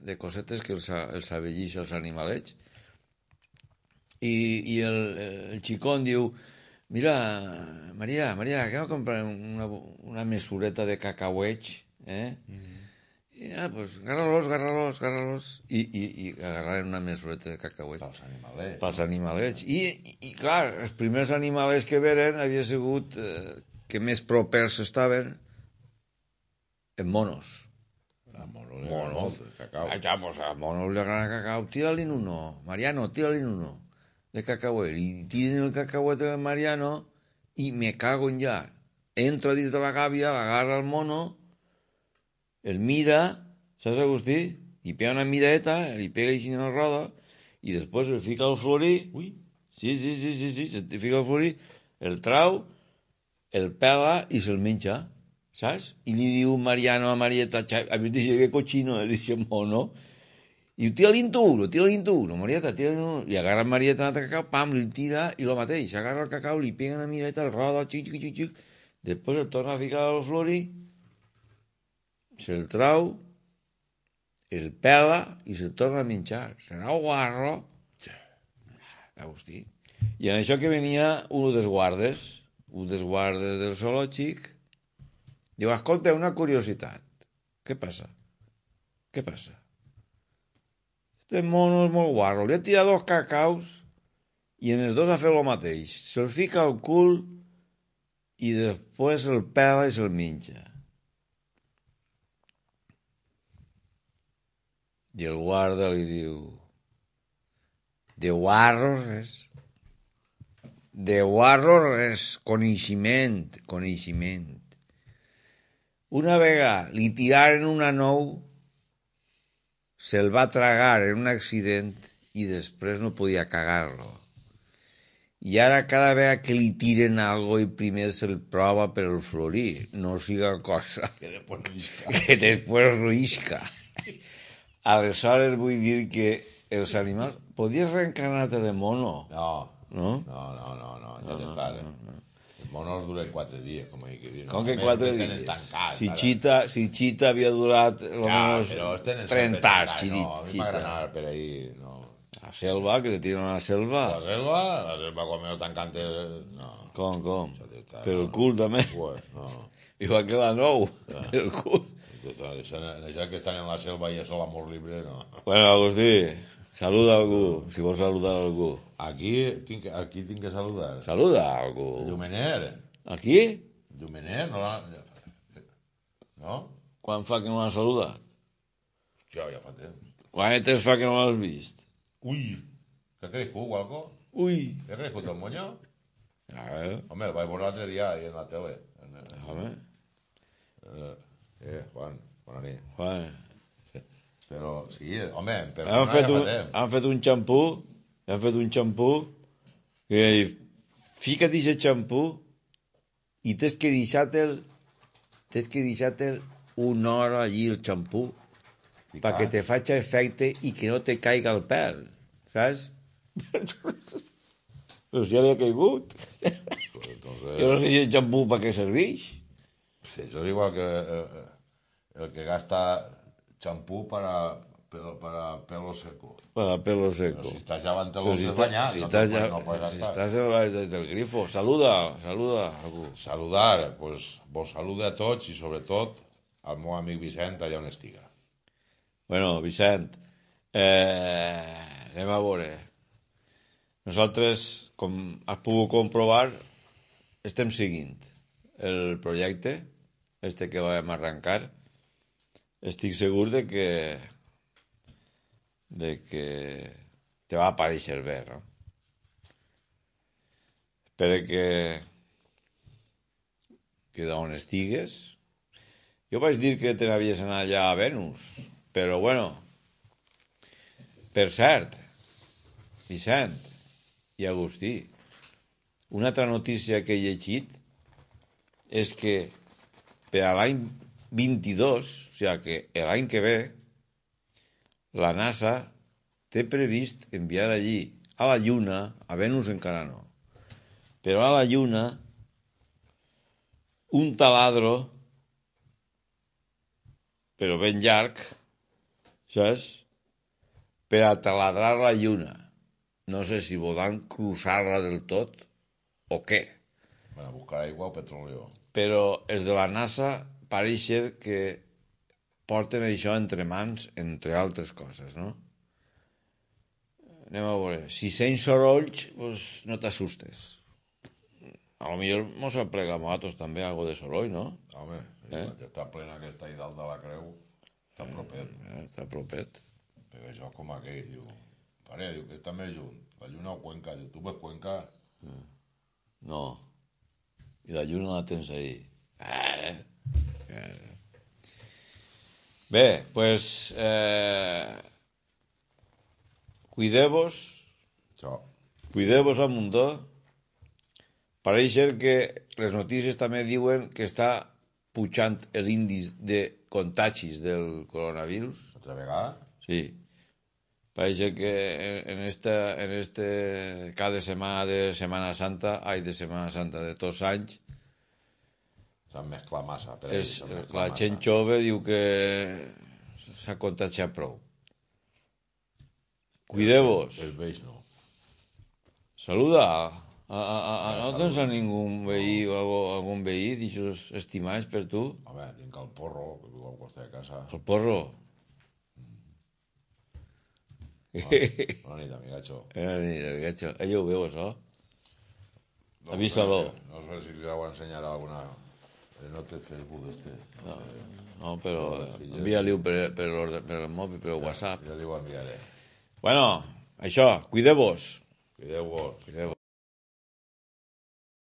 S2: de cosetes que els, a- els avellix, els animalets. I, i el, el xicón diu, mira, Maria, Maria, que no comprem una, una mesureta de cacauets, eh? I, ah, pues, agarra-los, agarra-los, agarra-los. I, i, i agarraren una mesureta de cacauets
S3: Els animalets.
S2: pels animalets. I, i, i clar, els primers animalets que veren havia sigut eh, que més propers estaven en monos.
S3: Els monos. Monos. de Cacau.
S2: Ah, ja, pues a monos li agrada el cacau. Tira-li en uno, Mariano, tira-li en uno de cacauet. I tiren el cacauet de Mariano i me cago en ja. Entra dins de la gàbia, l'agarra el mono, el mira, saps Agustí? I pega una mireta, li pega així una roda, i després el fica al florí,
S3: Ui,
S2: Sí, sí, sí, sí, sí, se te fica el furi, el trau, el pela i se'l menja, saps? I li diu Mariano a Marieta, "Cha- a mi dice que cochino, li dice mono, i ho tira l'inturo, tira l'inturo, Marieta, tira l'inturo, i agarra en Marieta un altre cacau, pam, li tira, i lo mateix, agarra el cacau, li pega una mireta, el roda, xic, xic, xic, xic, després el torna a ficar al flori, se'l trau, el pela i se'l torna a menjar. Serà guarro, Agustí. I en això que venia un dels guardes, un dels guardes del zoològic, diu, escolta, una curiositat. Què passa? Què passa? Este mono és molt guarro. Li ha tirat dos cacaus i en els dos ha fet el mateix. Se'l fica al cul i després el pela i se'l menja. I el guarda li diu... De guarro res. De guarro res. Coneixement, coneixement. Una vegada li tiraren una nou, se'l va tragar en un accident i després no podia cagar-lo. I ara cada vegada que li tiren algo i primer se'l prova per el florir, no siga cosa
S3: que després no hi cap.
S2: que després ruïsca. Aleshores vull dir que els animals... Podies reencarnar-te de mono,
S3: No.
S2: no?
S3: No, no, no, no, ja t'està, eh? Els monos duren quatre dies, com hay que dir.
S2: Com que
S3: Normalment
S2: quatre
S3: els tenen
S2: dies?
S3: Tancats,
S2: Si
S3: ara.
S2: Chita, si Chita havia durat
S3: Ja,
S2: almenys
S3: però els tenen
S2: 30 anys,
S3: No,
S2: Chita.
S3: a mi m'agrada
S2: Chita.
S3: anar per ahí, no.
S2: A selva, que te tiren a la
S3: La
S2: selva.
S3: selva, la selva quan menos tancant és- No.
S2: Com, com?
S3: Ja està,
S2: Per el
S3: no. Ah.
S2: cul, també.
S3: Pues, no.
S2: Igual que la nou, per el cul.
S3: Tota, això, això que estan en la selva i és a l'amor libre, no.
S2: Bueno, Agustí, saluda algú, si vols saludar algú.
S3: Aquí tinc, aquí tinc que saludar.
S2: Saluda algú.
S3: Llumener.
S2: Aquí?
S3: Llumener, no la... No?
S2: Quan fa que no l'ha saludat?
S3: Jo ja fa temps.
S2: Quan temps fa que no l'has vist?
S3: Ui, que crescut, Gualco?
S2: Ui.
S3: Que crescut el moño?
S2: A veure,
S3: Home, el vaig veure l'altre dia ahí en la tele. En, en,
S2: home,
S3: eh, eh, Juan, bona nit.
S2: Juan.
S3: Però sí, home, en persona
S2: Han fet,
S3: ja fa
S2: un,
S3: temps.
S2: han fet un xampú, han fet un xampú, que he dit, fica't aquest xampú i tens que deixar-te'l, tens que deixar-te'l una hora allí el xampú
S3: Ficat.
S2: perquè te faci efecte i que no te caiga el pèl, saps? Però si ja li ha caigut.
S3: Entonces,
S2: Jo no sé si el xampú per què serveix.
S3: sí, això és igual que eh, eh, el que gasta xampú para, per, per a pelo seco.
S2: Para pelo seco.
S3: Si estàs ja abans de
S2: Però
S3: l'os
S2: si,
S3: si
S2: está-
S3: banyat,
S2: si
S3: no,
S2: estás
S3: pots-
S2: ya,
S3: no pots
S2: si
S3: estar.
S2: estás en la- des del grifo, saluda, saluda algú.
S3: Saludar, doncs, vos saluda a tots i sobretot al meu amic Vicent allà on estiga.
S2: Bueno, Vicent, eh, anem a veure. Nosaltres, com has pogut comprovar, estem seguint el projecte, este que vam arrencar. Estic segur de que de que te va aparèixer bé, no? Espero que que d'on estigues, jo vaig dir que te n'havies anat allà a Venus, però bueno. Per cert, Vicent i Agustí, una altra notícia que he llegit és que per a l'any 22, o sigui que l'any que ve, la NASA té previst enviar allí, a la Lluna, a Venus encara no, però a la Lluna, un taladro però ben llarg, saps? Per a taladrar la lluna. No sé si voldran cruzar-la del tot o què,
S3: Van a buscar aigua o petróleo.
S2: però els de la NASA pareixer que porten això entre mans, entre altres coses, no? Anem a veure. Si sents sorolls, doncs no t'assustes. A lo millor mos aplega a nosaltres també algo de soroll, no?
S3: Home, eh? que està plena aquesta i dalt de la creu, està propet.
S2: Eh, Està propet.
S3: Perquè jo com aquell, diu, pare, diu, que està més lluny, la lluna o Cuenca, diu, tu ves Cuenca,
S2: No. I la lluna la tens ahí. Eh, Ara. Ara. Bé, doncs... Pues, eh, cuideu-vos,
S3: això,
S2: cuideu-vos al muntó. Pareix ser que les notícies també diuen que està pujant l'índice de contagis del coronavirus.
S3: altra vegada,
S2: Sí. Parece que en- en esta en este cada semana de Semana Santa, hay de Semana Santa de tots anys,
S3: s'han mesclat massa. Per ahí,
S2: és, eh,
S3: s'han mesclat
S2: la
S3: massa.
S2: gent jove diu que s'ha contagiat prou. Cuideu-vos.
S3: Els vells no.
S2: Saluda. A, a, a, a, no tens a ningú veí o algo- algun veí d'aixòs estimats per tu?
S3: A veure, tinc el porro, que viu al costat de casa.
S2: El porro.
S3: Bona nit, amigatxo.
S2: Era ni de gacho. Ell ho veu, això?
S3: No,
S2: Avisa-lo.
S3: No sé si li ho ensenyarà alguna... Eh, No té Facebook, este. No.
S2: No, però envia-li-ho per, per, l'orde- per el mòbil, per el WhatsApp.
S3: Jo li ho enviaré.
S2: Bueno, això, cuideu-vos.
S3: Cuideu-vos.
S2: Cuideu-vos.